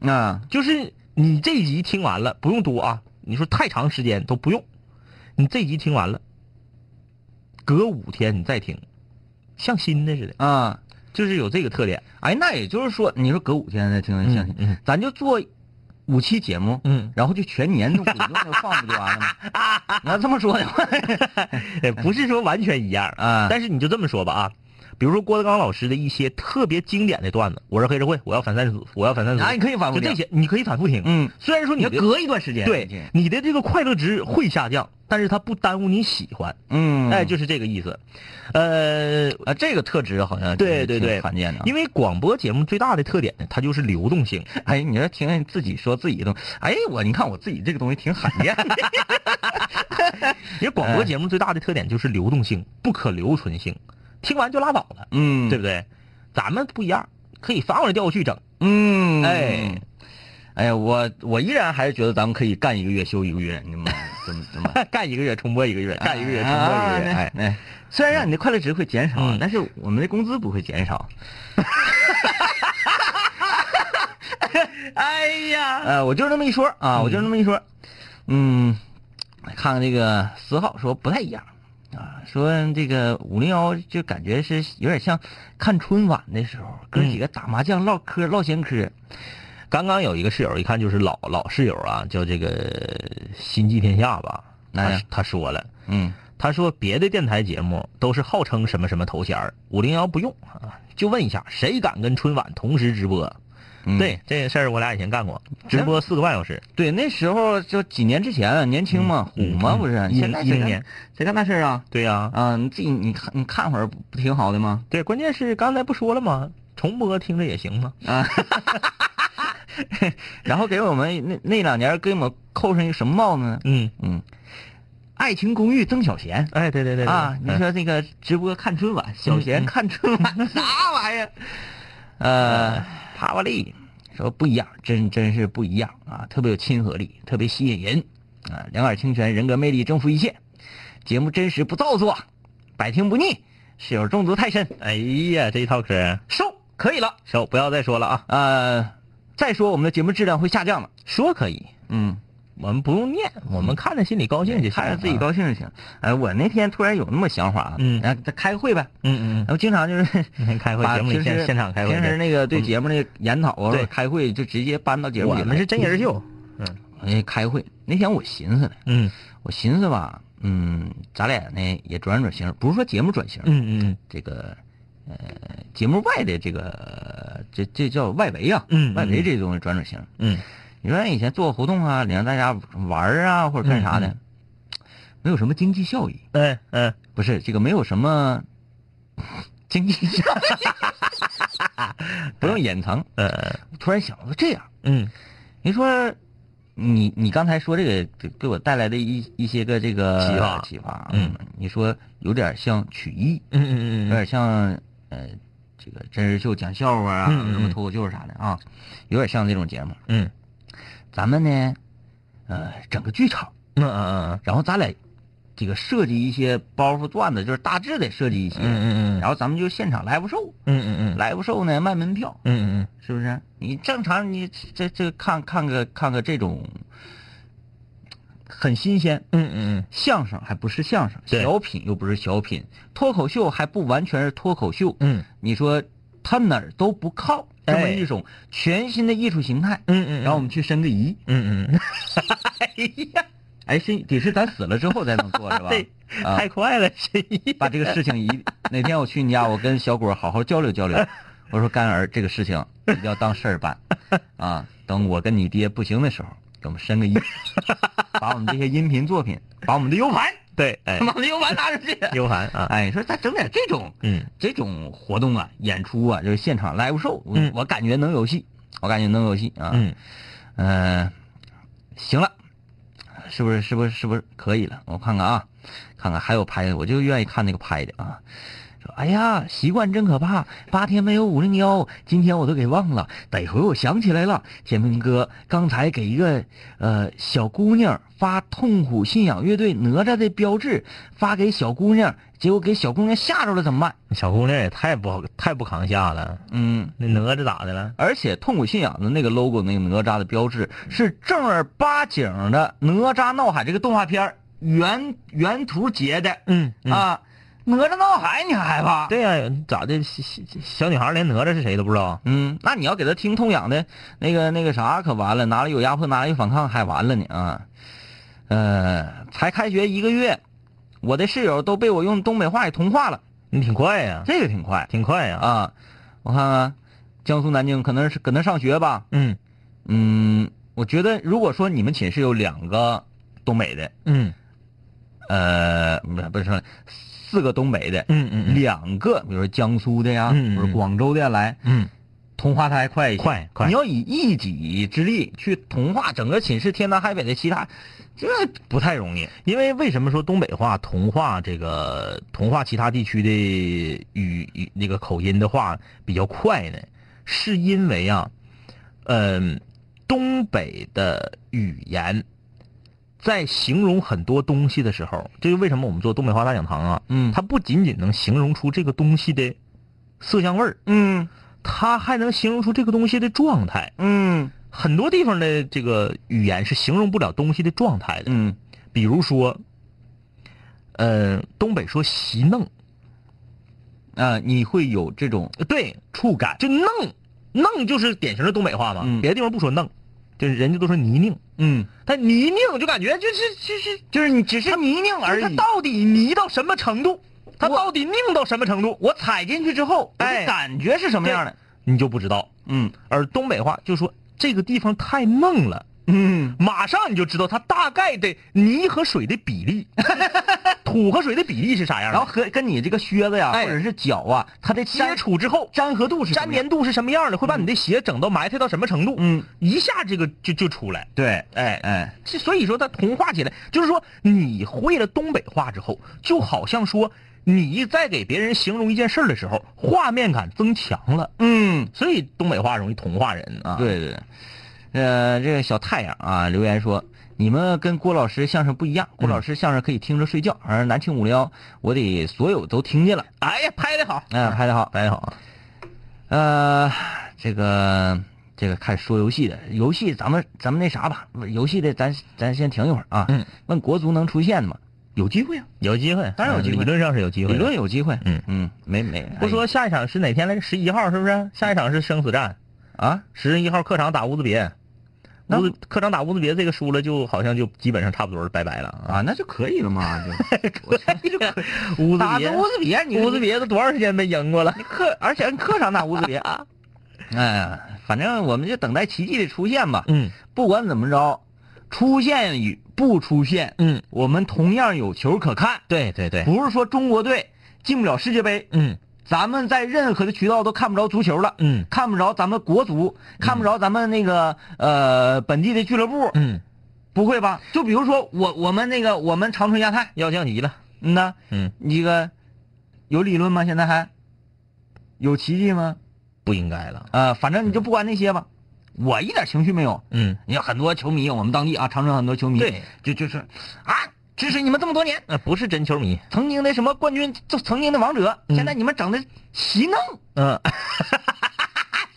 C: 啊，
D: 就是你这一集听完了不用多啊，你说太长时间都不用，你这一集听完了，隔五天你再听，像新的似的，
C: 啊，
D: 就是有这个特点。
C: 哎，那也就是说，你说隔五天再听一下，
D: 嗯嗯
C: 咱就做五期节目，
D: 嗯，
C: 然后就全年都滚动着放不就完了 吗？你要这么说的话，
D: 呃不是说完全一样
C: 啊
D: 但是你就这么说吧啊。比如说郭德纲老师的一些特别经典的段子，我是黑社会，我要反三组，我要反三组，
C: 啊你可以反复
D: 就这
C: 听
D: 些，你可以反复听。
C: 嗯
D: 虽然说
C: 你
D: 你
C: 要
D: 的
C: 隔一段时间，
D: 对你的这个快乐值会下降，但是它不耽误你喜欢。
C: 嗯，
D: 哎，就是这个意思。呃，
C: 啊，这个特质好像
D: 对
C: 挺
D: 对对
C: 挺罕见的啊。
D: 因为广播节目最大的特点呢，它就是流动性。
C: 哎，你说听自己说自己的东西，哎，我你看我自己这个东西挺罕见 的
D: 因为广播节目最大的特点就是流动性，不可留存性，听完就拉倒了，
C: 嗯
D: 对不对？咱们不一样，可以翻过来调过去整。
C: 嗯，
D: 哎，
C: 哎呀，我我依然还是觉得咱们可以干一个月休一个月，哎 你们怎么怎么。
D: 干一个月重播一个月，干一个月重播
C: 啊
D: 一个月，哎，
C: 那那虽然让你的快乐值会减少，啊
D: 嗯
C: 但是我们的工资不会减 少。
D: 哎呀，
C: 呃，我就这么一说啊，我就这么一说，嗯，来看看这个四号说不太一样啊，说这个五零幺就感觉是有点像看春晚的时候，哥几个
D: 嗯
C: 打麻将唠嗑唠闲嗑，
D: 刚刚有一个室友，一看就是老老室友啊，叫这个心系天下吧，
C: 哎
D: 他
C: 呀
D: 他说了。
C: 嗯
D: 他说别的电台节目都是号称什么什么头衔儿，五零幺不用啊，就问一下谁敢跟春晚同时直播？
C: 嗯
D: 对这个事儿我俩以前干过，直播四个半小时，
C: 对，那时候就几年之前年轻嘛，虎
D: 嗯
C: 嘛
D: 嗯
C: 不是，
D: 嗯
C: 现在
D: 一
C: 谁
D: 零
C: 干
D: 年
C: 谁干那事儿啊？
D: 对呀、
C: 啊，你自己你看你看会儿不不挺好的吗？
D: 对，关键是刚才不说了吗？重播听着也行吗？
C: 然后给我们那那两年给我们扣上一个什么帽子呢？
D: 嗯，
C: 嗯，爱情公寓》曾小贤。
D: 哎，对对对对
C: 啊，你
D: 嗯
C: 说那个直播看春晚，小贤看春晚，啥玩意儿？
D: 嗯
C: 呃，帕瓦利说不一样，真真是不一样啊，特别有亲和力，特别吸引人啊，两耳清泉，人格魅力征服一切，节目真实不造作，百听不腻，室友中毒太深，
D: 哎呀，这一套嗑
C: 收可以了。
D: 收，不要再说了啊！
C: 呃，再说我们的节目质量会下降了，
D: 说可以，
C: 嗯。
D: 我们不用念，我们看着心里高兴就行
C: 看着
D: 了
C: 自己。高兴就行。哎，我那天突然有那么想法啊，
D: 嗯
C: 然后再开个会呗，
D: 嗯
C: 然后经常就是
D: 嗯，开会
C: 把
D: 节目里
C: 平时
D: 现现场开会
C: 平时
D: 去，
C: 那个对节目那个研讨啊，
D: 对
C: 开会就直接搬到节目
D: 我
C: 里来。
D: 们是真人秀。
C: 哎开会那天我寻思呢，
D: 嗯
C: 我寻思吧，嗯，咱俩呢也转转型，不是说节目转型，
D: 嗯嗯
C: 这个呃节目外的这个这这叫外围啊，
D: 嗯嗯
C: 外围这东西转转型。
D: 嗯
C: 你说以前做活动啊，你让大家玩儿啊或者干啥的，没有什么经济效益。
D: 嗯嗯
C: 不是这个没有什么 经济效益，不 用隐藏。
D: 嗯
C: 我突然想到这样，
D: 嗯
C: 你说你你刚才说这个给给我带来的一一些个这个
D: 启发
C: 启发，啊
D: 嗯，
C: 你说有点像曲艺，有
D: 嗯嗯
C: 点像呃这个真人秀讲笑话啊，
D: 嗯嗯
C: 什么脱口秀啥的啊，有点像这种节目。
D: 嗯
C: 咱们呢，呃，整个剧场，
D: 嗯嗯
C: 然后咱俩这个设计一些包袱段子，就是大致得设计一些，
D: 嗯嗯
C: 然后咱们就现场 live show。
D: 嗯嗯
C: live show 呢卖门票，
D: 嗯嗯
C: 是不是？你正常你这这看看个看个这种很新鲜，
D: 嗯嗯
C: 相声还不是相声，
D: 对
C: 小品又不是小品，脱口秀还不完全是脱口秀。
D: 嗯
C: 你说他哪儿都不靠，这么
D: 哎
C: 一种全新的艺术形态。
D: 嗯嗯，
C: 然后我们去申个遗，
D: 嗯嗯，
C: 哎，是得是咱死了之后才能做是吧？
D: 对
C: 啊
D: 太快了，是
C: 把这个事情一哪天我去你家，我跟小果好好交流交 流。我说干儿，这个事情一定要当事儿办啊！等我跟你爹不行的时候，给我们申个 一，把我们这些音频作品，把我们的 U 盘，
D: 对，哎
C: 把，我们的 U 盘拿出 去。
D: 刘涵啊，
C: 哎，你说咱整点这种
D: 嗯
C: 这种活动啊，演出啊，就是现场 live show，我、
D: 嗯
C: 我感觉能有戏，我感觉能有戏啊。
D: 嗯
C: 呃，行了，是不是？是不是？是不是可以了？我看看啊，看看还有拍的，我就愿意看那个拍的啊。说，哎呀，习惯真可怕，八天没有五零幺，今天我都给忘了，得回我想起来了。天明哥刚才给一个呃小姑娘发痛苦信仰乐队哪吒的标志发给小姑娘，结果给小姑娘吓着了，怎么办？
D: 小姑娘也太不好，太不扛下了。
C: 嗯。
D: 那哪吒咋的了？
C: 而且痛苦信仰的那个 logo，那个哪吒的标志是正儿八经的《哪吒闹海》这个动画片儿原原图截的、
D: 嗯，
C: 啊，《哪吒闹海》你还害怕？，
D: 对呀，咋的？小小小女孩连哪吒是谁都不知道。
C: 嗯，那你要给他听痛痒的那个那个啥，可完了，哪里有压迫，哪里有反抗，还完了呢啊！呃，才开学一个月，我的室友都被我用东北话给同化了，
D: 你挺快呀，
C: 这个挺快
D: 挺快呀。
C: 啊！我看看，江苏南京可能是搁那上学吧，
D: 嗯
C: 嗯，我觉得如果说你们寝室有两个东北的，
D: 嗯
C: 呃，不是不是说四个东北的，
D: 嗯嗯
C: 两个比如说江苏的呀，
D: 嗯嗯
C: 或者广州的呀来，
D: 嗯，
C: 同化他还快一些。
D: 快快
C: 你。要以一己之力去同化整个寝室天南海北的其他，这
D: 不太容易，因为为什么说东北话同化这个同化其他地区的语语那个口音的话比较快呢？是因为啊，嗯，东北的语言在形容很多东西的时候，这就为什么我们做东北话大讲堂啊，
C: 嗯
D: 它不仅仅能形容出这个东西的色香味儿，
C: 嗯
D: 它还能形容出这个东西的状态。
C: 嗯
D: 很多地方的这个语言是形容不了东西的状态的。
C: 嗯
D: 比如说，呃，东北说席弄，
C: 啊，你会有这种
D: 呃对，
C: 触感。
D: 就弄弄就是典型的东北话嘛，
C: 嗯
D: 别的地方不说弄，就是人家都说泥泞，
C: 嗯，
D: 但泥泔就感觉就是就是
C: 就是你只是泥泞而
D: 它
C: 已。
D: 到底泥到什么程度，它
C: 我
D: 到底拧到什么程度，
C: 我踩进去之后，我
D: 哎
C: 的感觉是什么样的？
D: 你就不知道。
C: 嗯
D: 而东北话就说这个地方太嫩了，
C: 嗯，
D: 马上你就知道它大概的泥和水的比 例，土和水的比例是啥样的。
C: 然后和跟你这个靴子呀，
D: 哎
C: 或者是脚啊，它的
D: 接触之后，
C: 粘合度是什
D: 粘
C: 么样
D: 粘度是什么样的，会把你的鞋整到埋汰到什么程度？
C: 嗯，
D: 一下这个就就出来。
C: 对，
D: 哎，
C: 哎，
D: 这所以说它同化起来，就是说你会了东北话之后，就好像说你在给别人形容一件事儿的时候，画面感增强了，
C: 嗯，
D: 所以东北话容易同化人啊。，
C: 对对，呃，这个小太阳啊留言说，你们跟郭老师相声不一样，
D: 嗯
C: 郭老师相声可以听着睡觉，而南庆五零幺我得所有都听见了，
D: 哎呀，拍的好，
C: 嗯、拍的好，拍的好，呃，这个这个看说游戏的，游戏咱们咱们那啥吧，游戏的咱咱先停一会儿啊，
D: 嗯，
C: 问国足能出现吗？
D: 有机会啊，有机会，当然有机会，
C: 嗯理
D: 论上是有机
C: 理
D: 理
C: 论
D: 论
C: 有机会，
D: 嗯
C: 嗯，没没，
D: 不说下一场是哪天来着？十一号是不是？下一场是生死战，
C: 哎啊，
D: 十一号客场打乌兹别，
C: 那
D: 乌兹客场打乌兹别这个输了，就好像就基本上差不多是拜拜了啊。
C: 啊，那就可以了嘛，就
D: 乌兹
C: 打
D: 别
C: 个，乌兹啊别，你
D: 乌兹别都多长时间没赢过了？
C: 客，而且按客场打乌兹别。哎呀，反正我们就等待奇迹的出现吧。
D: 嗯
C: 不管怎么着，出现与不出现，
D: 嗯，
C: 我们同样有球可看。
D: 对对对，
C: 不是说中国队进不了世界杯，
D: 嗯
C: 咱们在任何的渠道都看不着足球了，
D: 嗯
C: 看不着咱们国足，看不着咱们那个呃本地的俱乐部。
D: 嗯，
C: 不会吧？就比如说我我们那个我们长春亚泰
D: 要降级了。
C: 嗯呐，
D: 嗯，
C: 你这个有理论吗？现在还有奇迹吗？
D: 不应该了。
C: 呃，反正你就不管那些吧，我一点情绪没有。
D: 嗯，
C: 你看很多球迷，我们当地啊，长春很多球迷，
D: 对，
C: 就就是啊，支持你们这么多年，
D: 那不是真球迷。
C: 曾经的什么冠军，就曾经的王者，
D: 嗯
C: 现在你们整的洗弄，
D: 嗯，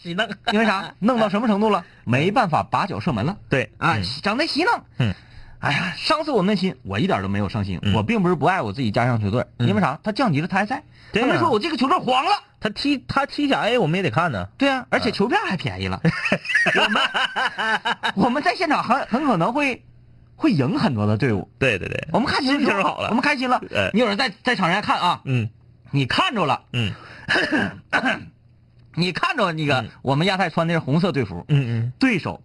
D: 洗弄。
C: 因为啥？弄到什么程度了？没办法，把脚射门了
D: 对
C: 啊
D: 嗯，
C: 整的洗弄。
D: 嗯，
C: 哎呀，伤死我们的心，我一点都没有伤心，
D: 嗯
C: 我并不是不爱我自己家乡球队，
D: 嗯
C: 因为啥？他降级了，他还在，
D: 对
C: 他们
D: 啊
C: 说我这个球队黄了。
D: 他踢他踢甲 A，我们也得看呢。
C: 对啊，而且球票还便宜了。 我们我们在现场很很可能会会赢很多的队伍。
D: 对对对
C: 我们开心
D: 心
C: 时
D: 情
C: 候
D: 好了
C: 我们开心了
D: 哎。
C: 你有人在在场上看啊，
D: 嗯
C: 你看着了，
D: 嗯
C: 你看着那个
D: 嗯
C: 我们亚太穿的是红色队服，
D: 嗯嗯
C: 对手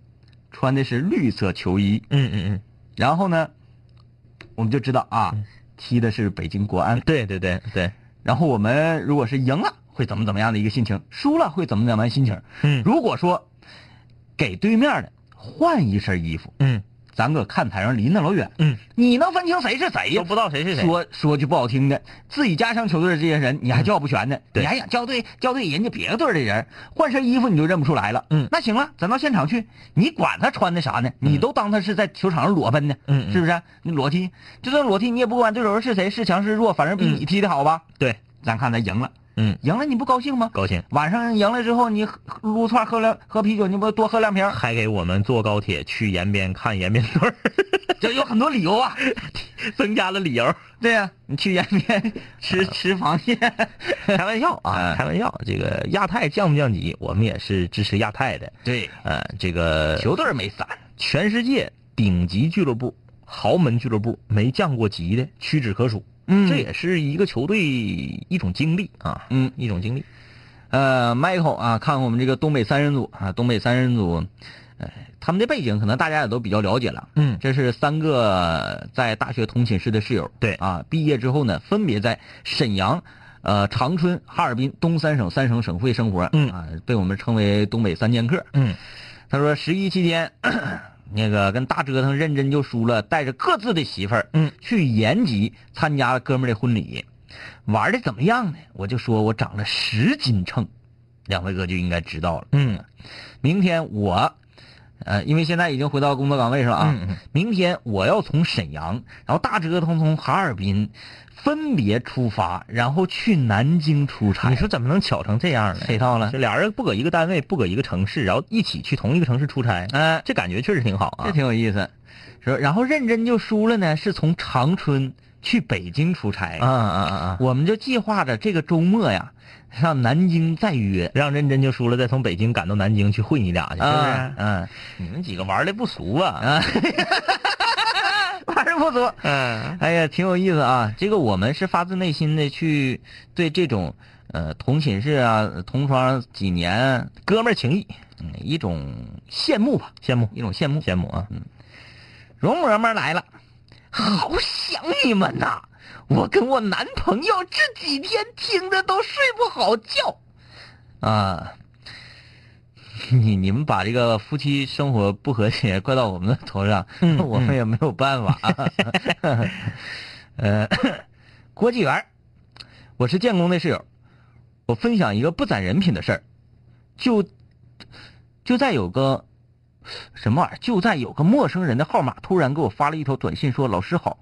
C: 穿的是绿色球衣，
D: 嗯嗯
C: 然后呢，我们就知道啊，踢的是北京国安
D: 嗯，。对对对对，
C: 然后我们如果是赢了，会怎么怎么样的一个心情；输了会怎么怎么样的心情。
D: 嗯
C: 如果说给对面的换一身衣服，
D: 嗯
C: 咱搁看台上离那老远，
D: 嗯，
C: 你能分清谁是谁
D: 都
C: 呀
D: 不？知道谁是谁。嗯
C: 说说句不好听的，自己家乡球队的这些人你还叫不全呢，
D: 对
C: 你还想叫对叫对人家别的队的人，换身衣服你就认不出来了。
D: 嗯
C: 那行了，咱到现场去，你管他穿的啥呢？你都当他是在球场上裸奔呢，
D: 嗯嗯
C: 是不是？你裸踢，就算裸踢你也不管对手是谁是强是弱，反正比
D: 嗯
C: 你踢的好吧？
D: 对，
C: 咱看咱赢了，
D: 嗯，
C: 赢了你不高兴吗？
D: 高兴。
C: 晚上赢了之后，你喝撸串喝两喝啤酒，你不多喝两瓶儿？
D: 还给我们坐高铁去延边看延边 队儿，
C: 这有很多理由 啊。
D: 增加了理由。
C: 对呀、你去延 边吃吃螃 蟹，
D: 开玩笑 啊，
C: 嗯
D: 开玩笑。这个亚太降不降级，我们也是支持亚太的。
C: 对，
D: 呃，这个
C: 球队没散，
D: 全世界顶级俱乐部、豪门俱乐部没降过级的屈指可数。
C: 嗯
D: 这也是一个球队一种经历啊，
C: 嗯，
D: 一种经历。
C: 呃，Michael 啊，看看我们这个东北三人组啊，东北三人组，呃，他们的背景可能大家也都比较了解了。
D: 嗯
C: 这是三个在大学同寝室的室友，
D: 对
C: 啊，毕业之后呢，分别在沈阳、呃长春、哈尔滨东三省三省省会生活，
D: 嗯
C: 啊，被我们称为东北三剑客。
D: 嗯
C: 他说十一期间， 那个跟大折腾认真就输了，带着各自的媳妇儿，
D: 嗯，
C: 去延吉参加了哥们儿的婚礼，玩的怎么样呢？我就说我长了十斤秤，两位哥就应该知道了。
D: 嗯
C: 明天我，呃，因为现在已经回到工作岗位上了啊，
D: 嗯嗯
C: 明天我要从沈阳，然后大折腾从哈尔滨分别出发，然后去南京出差。
D: 啊你说怎么能巧成这样呢？
C: 谁到了
D: 这？俩人不搁一个单位，不搁一个城市，然后一起去同一个城市出差，
C: 哎
D: 这感觉确实挺好
C: 这
D: 啊。
C: 挺有意思。说，然后认真就输了呢，是从长春去北京出差。
D: 啊啊啊啊！
C: 我们就计划着这个周末呀，上南京再约。
D: 让认真就输了，再从北京赶到南京去会你俩去，是不是？
C: 啊嗯，
D: 你们几个玩的不俗啊。
C: 玩儿不足。
D: 嗯
C: 哎呀，挺有意思啊！这个我们是发自内心的去对这种呃同寝室啊、同窗几年
D: 哥们儿情谊，
C: 嗯一种羡慕吧，
D: 羡慕
C: 一种羡慕。
D: 羡慕啊！
C: 容嬷嬷来了，好想你们呐！我跟我男朋友这几天听着都睡不好觉。啊， 你你们把这个夫妻生活不和谐怪到我们的头上，
D: 嗯
C: 我们也没有办法。啊呃， 郭纪元，我是建工的室友，我分享一个不攒人品的事儿，就就在有个什么玩意儿，就在有个陌生人的号码突然给我发了一条短信说：“老师好，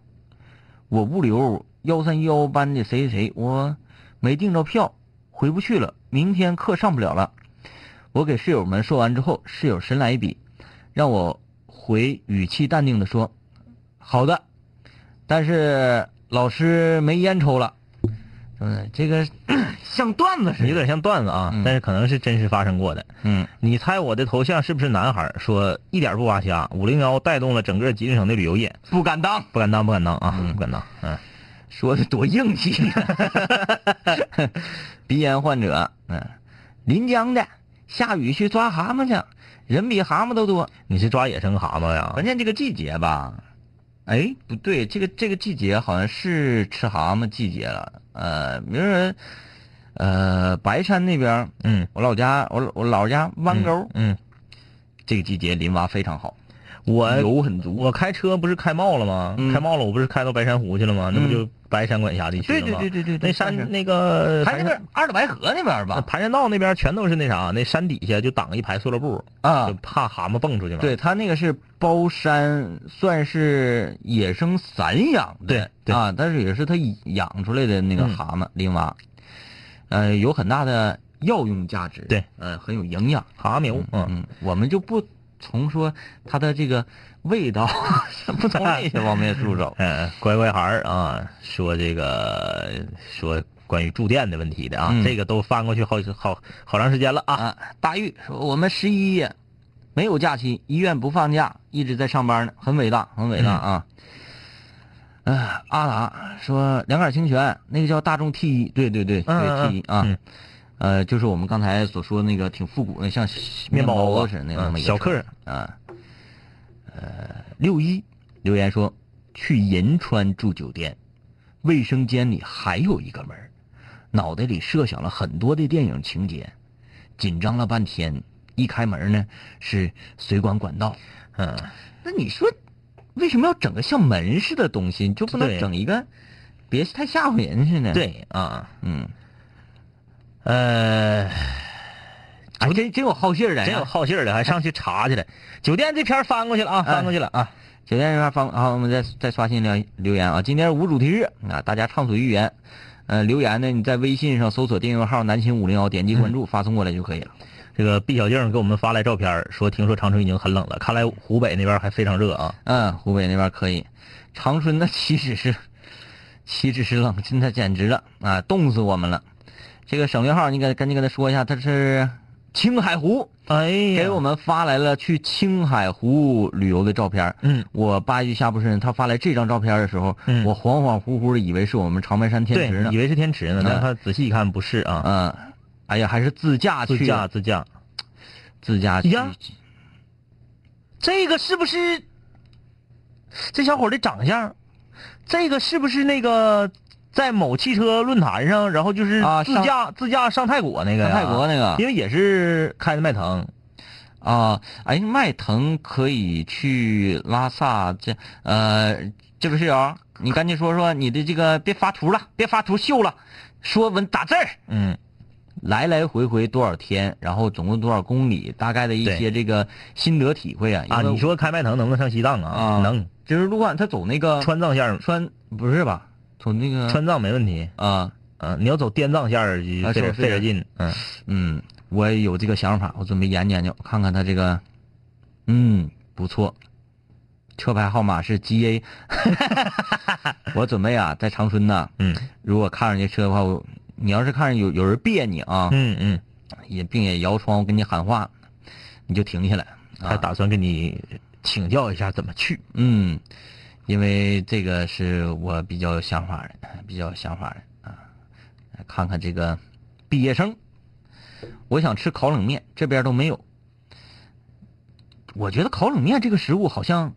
C: 我物流幺三幺班的谁谁谁，我没订着票，回不去了，明天课上不了了。”我给室友们说完之后，室友神来一笔，让我回语气淡定的说：“好的，但是老师没烟抽了。”嗯，这个 像段子
D: 有
C: 似的。
D: 点像段子啊，
C: 嗯
D: 但是可能是真实发生过的。
C: 嗯，
D: 你猜我的头像是不是男孩儿？说一点不挖瞎，五零幺带动了整个吉林省的旅游业，
C: 不敢当。
D: 不敢当，不敢当啊，不敢当。嗯，
C: 说的多硬气、 鼻炎患者，嗯，临江的，下雨去抓蛤蟆去，人比蛤蟆都多。
D: 你是抓野生蛤蟆呀？
C: 关键这个季节吧，哎，不对，这个这个季节好像是吃蛤蟆季节了。呃，明儿，呃，白山那边，
D: 嗯，
C: 我老家，我我老家湾沟，
D: 嗯，
C: 这个季节林蛙非常好，
D: 我
C: 油很足。
D: 我开车不是开冒了吗？
C: 嗯
D: 开冒了，我不是开到白山湖去了吗？那不就白山管辖地区了吗？
C: 对对
D: 那山那个
C: 还嗯那
D: 盘山
C: 边二里白河那边
D: 那
C: 吧？
D: 盘山道那边全都是那啥，那山底下就挡一排塑料布，
C: 啊
D: 就，怕蛤蟆蹦出去嘛。
C: 对，它那个是包山，算是野生散养的，
D: 对对
C: 啊，但是也是它养出来的那个
D: 嗯
C: 蛤蟆、林蛙，呃，有很大的药用价值，
D: 对，
C: 呃，很有营养。
D: 蛤蟆油，嗯，。
C: 嗯，我们就不从说它的这个味道， 不从这些方面入手
D: 嗯，乖乖孩儿啊，说这个说关于住店的问题的啊，
C: 嗯
D: 这个都翻过去好好好长时间了啊。
C: 啊，大玉说我们十一夜没有假期，医院不放假，一直在上班呢，很伟大，很伟大啊。
D: 嗯
C: 哎、阿达说两杆清泉那个叫大众 T 一，对对对
D: 嗯
C: 对 T 一啊，
D: 嗯
C: 呃，就是我们刚才所说那个挺复古的，像
D: 面包
C: 包
D: 子
C: 似的那
D: 嗯
C: 种
D: 小客人
C: 啊。呃，六一留言说去银川住酒店，卫生间里还有一个门儿，脑袋里设想了很多的电影情节，紧张了半天，一开门呢是水管管道。
D: 嗯，
C: 那你说，为什么要整个像门似的东西？你就不能
D: 对
C: 整一个，别太吓唬人似的。，
D: 对啊，
C: 嗯，
D: 呃，
C: 哎，真真有好信儿的呀，
D: 真有好信儿的，还上去查去了。酒店这篇儿翻过去了啊，
C: 哎
D: 翻过去了啊。
C: 酒店这边方啊，我们再再刷新留留言啊，今天是无主题日啊，大家畅所欲言。呃，留言呢，你在微信上搜索订阅号“南秦五零幺”，点击关
D: 嗯
C: 注，发送过来就可以了。
D: 这个毕小静给我们发来照片儿，说听说长春已经很冷了，看来湖北那边还非常热啊。
C: 嗯，湖北那边可以，长春那岂止是， 岂止是冷，真的简直了啊，冻死我们了。这个省略号，你给赶紧跟他说一下，他是青海湖
D: 哎呀
C: 给我们发来了去青海湖旅游的照片儿。
D: 嗯，
C: 我八一下不是人，他发来这张照片的时候，
D: 嗯
C: 我恍恍惚惚的以为是我们长白山天
D: 对
C: 池，呢
D: 以。为是天池呢，
C: 嗯
D: 但他仔细一看不是啊，
C: 嗯，哎呀，还是自驾去
D: 自驾
C: 的，
D: 自驾。
C: 自驾去。
D: 呀这个是不是这小伙儿的长相？这个是不是那个在某汽车论坛上，然后就是
C: 啊
D: 自
C: 上
D: 驾、自驾上泰国那个
C: 上
D: 呀
C: 泰国那个
D: 因为也是开的迈腾，
C: 啊，哎，迈腾可以去拉萨这呃，这位室友，你赶紧说说你的这个，别发图了，别发图秀了，说文打字儿，
D: 嗯，
C: 来来回回多少天，然后总共多少公里，大概的一
D: 对
C: 些这个心得体会啊。
D: 啊，
C: 因为
D: 你说开迈腾能不能上西藏啊？
C: 啊，
D: 能，，
C: 就是不管他走那个
D: 川藏线儿
C: 川不是吧？走那个
D: 川藏没问题，
C: 啊，
D: 啊，你要走滇藏线儿就
C: 啊
D: 费
C: 是
D: 点
C: 是
D: 费点劲，嗯，
C: 嗯，我也有这个想法，我准备研究研究，看看他这个，嗯，不错，车牌号码是 GA，我准备啊，在长春呢，
D: 嗯
C: 如果看上这车的话，我你要是看上有有人别你啊，
D: 嗯嗯，
C: 也并且摇窗户跟你喊话，你就停下来，啊
D: 还打算跟你请教一下怎么去，
C: 嗯，因为这个是我比较有想法的，比较有想法的啊。看看这个毕业生，我想吃烤冷面，这边都没有。
D: 我觉得烤冷面这个食物好像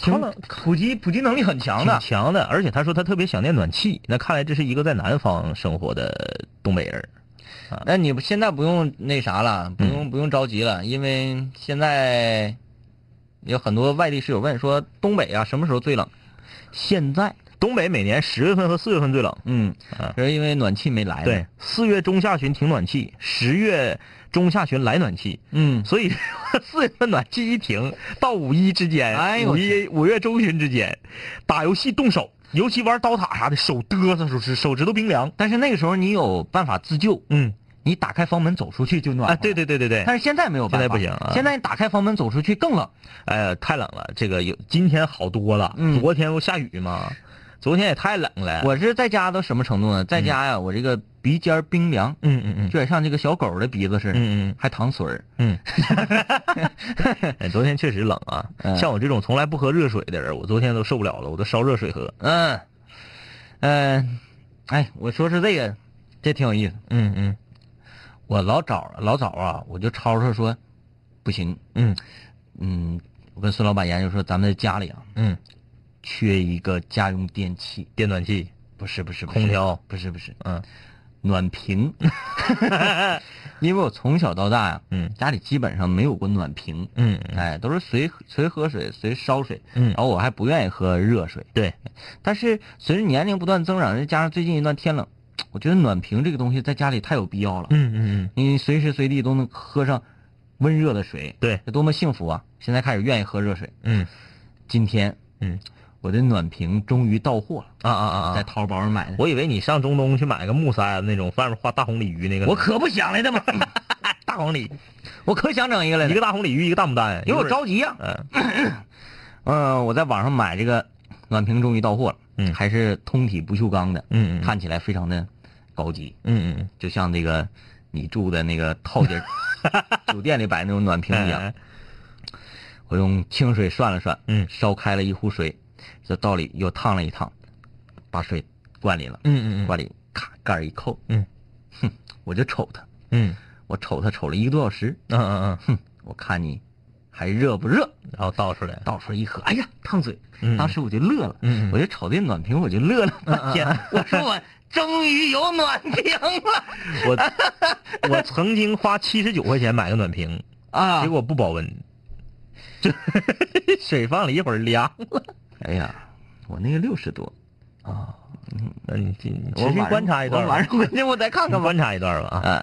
C: 烤
D: 挺
C: 冷
D: 普及普及能力很强
C: 的
D: 挺强的。而且他说他特别想念暖气，那看来这是一个在南方生活的东北人。
C: 那你不现在不用那啥了，不用不用着急了，因为现在有很多外地室友问说东北啊什么时候最冷？现在，
D: 东北每年十月份和四月份最冷，
C: 嗯，
D: 啊
C: 是因为暖气没来嘛
D: 对，，四月中下旬停暖气，十月中下旬来暖气，
C: 嗯，
D: 所 以四月份暖气一停，到五一之间，
C: 哎呦
D: 五一五月中旬之间，打游戏动手，尤其玩刀塔啥的，手嘚瑟，手指手指头冰凉。
C: 但是那个时候你有办法自救，
D: 嗯，
C: 你打开房门走出去就暖和
D: 啊，
C: 了
D: 对，对对对对，
C: 但是现在没有办法，
D: 现在不行啊
C: 现在你打开房门走出去更冷，
D: 哎呀，太冷了，这个有今天好多了，
C: 嗯
D: 昨天不下雨吗？昨天也太冷了。
C: 我是在家都什么程度呢？在家呀，我这个鼻尖儿冰凉，
D: 嗯嗯嗯
C: 就得像这个小狗的鼻子似的，
D: 嗯嗯
C: 还淌水儿。
D: 嗯， 哎昨天确实冷啊
C: 嗯，
D: 像我这种从来不喝热水的人，我昨天都受不了了，我都烧热水喝。
C: 嗯，嗯，哎，我说是这个，这挺有意思。
D: 嗯嗯
C: 我老早老早啊，我就吵吵说，不行，
D: 嗯
C: 嗯，我跟孙老板研究说，咱们家里啊
D: 嗯，
C: 缺一个家用电器，
D: 电暖气，
C: 不是不是，不是
D: 空调，
C: 不是不是，
D: 嗯
C: 暖 瓶， 因为我从小到大呀、
D: 嗯
C: 家里基本上没有过暖瓶，
D: 嗯
C: 哎，都是随随喝水、随烧水，
D: 嗯
C: 然后我还不愿意喝热水，
D: 对，
C: 但是随着年龄不断增长，再加上最近一段天冷，我觉得暖瓶这个东西在家里太有必要了，
D: 嗯嗯嗯，
C: 你随时随地都能喝上温热的水，
D: 对，
C: 这多么幸福啊！现在开始愿意喝热水，
D: 嗯
C: 今天
D: 嗯
C: 我的暖瓶终于到货了，
D: 啊啊啊
C: 在
D: 啊！
C: 淘宝上买的，
D: 我以为你上中东去买个木塞那种，外面画大红鲤鱼那个。
C: 我可不想来 的嘛，
D: 大红鲤，
C: 我可想整一个来
D: 一
C: 了
D: 个，大红鲤鱼，一个大牡丹，
C: 因为我
D: 一会儿
C: 着急呀、
D: 嗯
C: 嗯，我在网上买这个暖瓶终于到货了，
D: 嗯
C: 还是通体不锈钢的，
D: 嗯嗯
C: 看起来非常的高级，
D: 嗯嗯
C: 就像那个你住的那个套间 儿酒店里摆那种暖瓶一样
D: 哎。
C: 我用清水涮了涮，
D: 嗯
C: 烧开了一壶水，这倒里又烫了一烫，把水灌里了，
D: 嗯嗯嗯
C: 灌里咔盖儿一扣，
D: 嗯，
C: 哼，我就瞅他，
D: 嗯
C: 我瞅他瞅了一个多小时，
D: 嗯嗯嗯，
C: 哼，我看你还热不热？
D: 然后倒出来。
C: 倒出来一喝，哎呀，烫嘴！
D: 嗯
C: 当时我就乐了，
D: 嗯嗯
C: 我就瞅这暖瓶，我就乐了 半天。我说我终于有暖瓶了
D: 我我曾经花七十九块钱买个暖瓶，
C: 啊！
D: 结果不保温，就水放了一会儿凉了。
C: 哎呀，我那个六十多，
D: 那你这你
C: 我
D: 持
C: 晚
D: 续
C: 上
D: 观察一段
C: 我
D: 吧
C: 晚，上回去我再看看吧。
D: 观察一段吧啊。
C: 啊，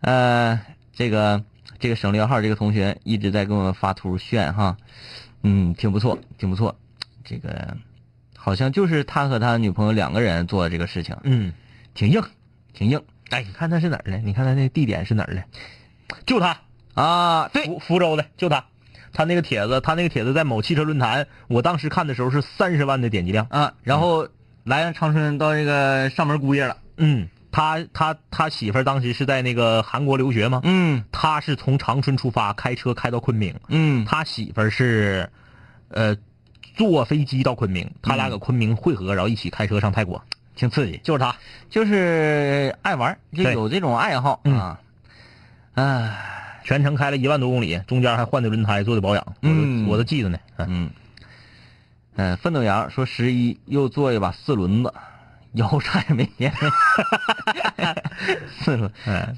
C: 呃，这个这个省略号这个同学一直在给我们发图炫哈，嗯，挺不错，挺不错。这个好像就是他和他女朋友两个人做的这个事情，
D: 嗯，
C: 挺硬，挺硬
D: 哎，你看他是哪儿的？你看他那地点是哪儿的？就他，
C: 啊。对，
D: 福福州的，就他。他那个帖子，他那个帖子在某汽车论坛，我当时看的时候是三十万的点击量。
C: 啊，然后莱阳长春到这个上门姑爷了。
D: 嗯，他他他媳妇儿当时是在那个韩国留学嘛，
C: 嗯
D: 他是从长春出发，开车开到昆明，
C: 嗯
D: 他媳妇儿是，呃，坐飞机到昆明，他俩搁昆明汇合，然后一起开车上泰国，
C: 挺刺激，
D: 就是他。
C: 就是爱玩儿，就
D: 对
C: 有这种爱好
D: 嗯
C: 啊。唉，
D: 全程开了一万多公里，中间还换的轮胎，做的保养，我都、
C: 嗯
D: 我都记着呢。嗯
C: 嗯，嗯、奋斗羊说十一又做一把四轮子，腰差也没年。 四轮，
D: 嗯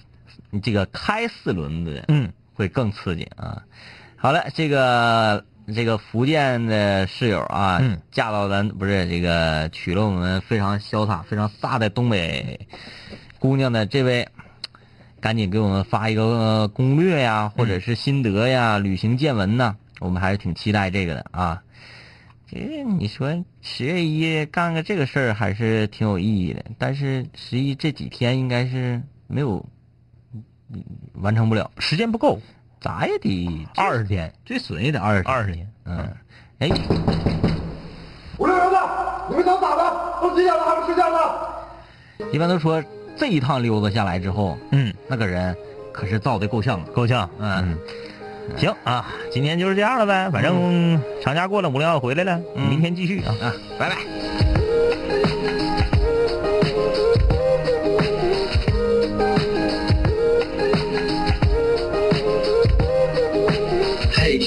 C: 你这个开四轮子
D: 嗯
C: 会更刺激啊。好了，这个这个福建的室友啊，
D: 嗯
C: 嫁到咱不是这个娶了我们非常潇洒、非常飒的东北姑娘的这位，赶紧给我们发一个呃攻略呀，或者是心得呀、旅行见闻呐，我们还是挺期待这个的啊。其实你说十月一干个这个事儿还是挺有意义的，但是十一这几天应该是没有嗯完成不了。
D: 时间不够，
C: 咋也得
D: 二十天，
C: 最损也得二十
D: 二十天。
C: 嗯，哎，
E: 我说儿子，你们都咋的？都几点了还不睡觉呢？
C: 一般都说这一趟溜达下来之后，
D: 嗯，
C: 那个人可是造的够呛了。
D: 够呛。
C: 嗯，
D: 行啊，今天就是这样了呗，反正长假过了，无聊要回来了，
C: 嗯
D: 明天继续啊。
C: 啊，拜拜。
F: 嘿，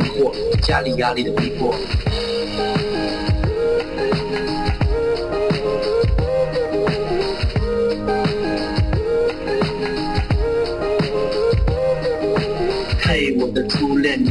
F: 惑，家里压力的逼迫。嘿，我的初恋，你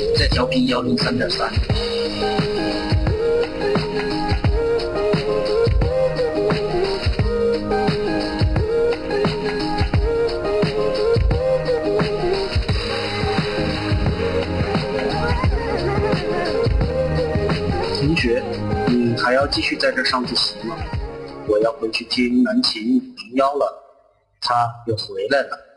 F: 在调频幺零三点三。同学，你还要继续在这上自习吗？我要回去听南琴零幺了，他又回来了。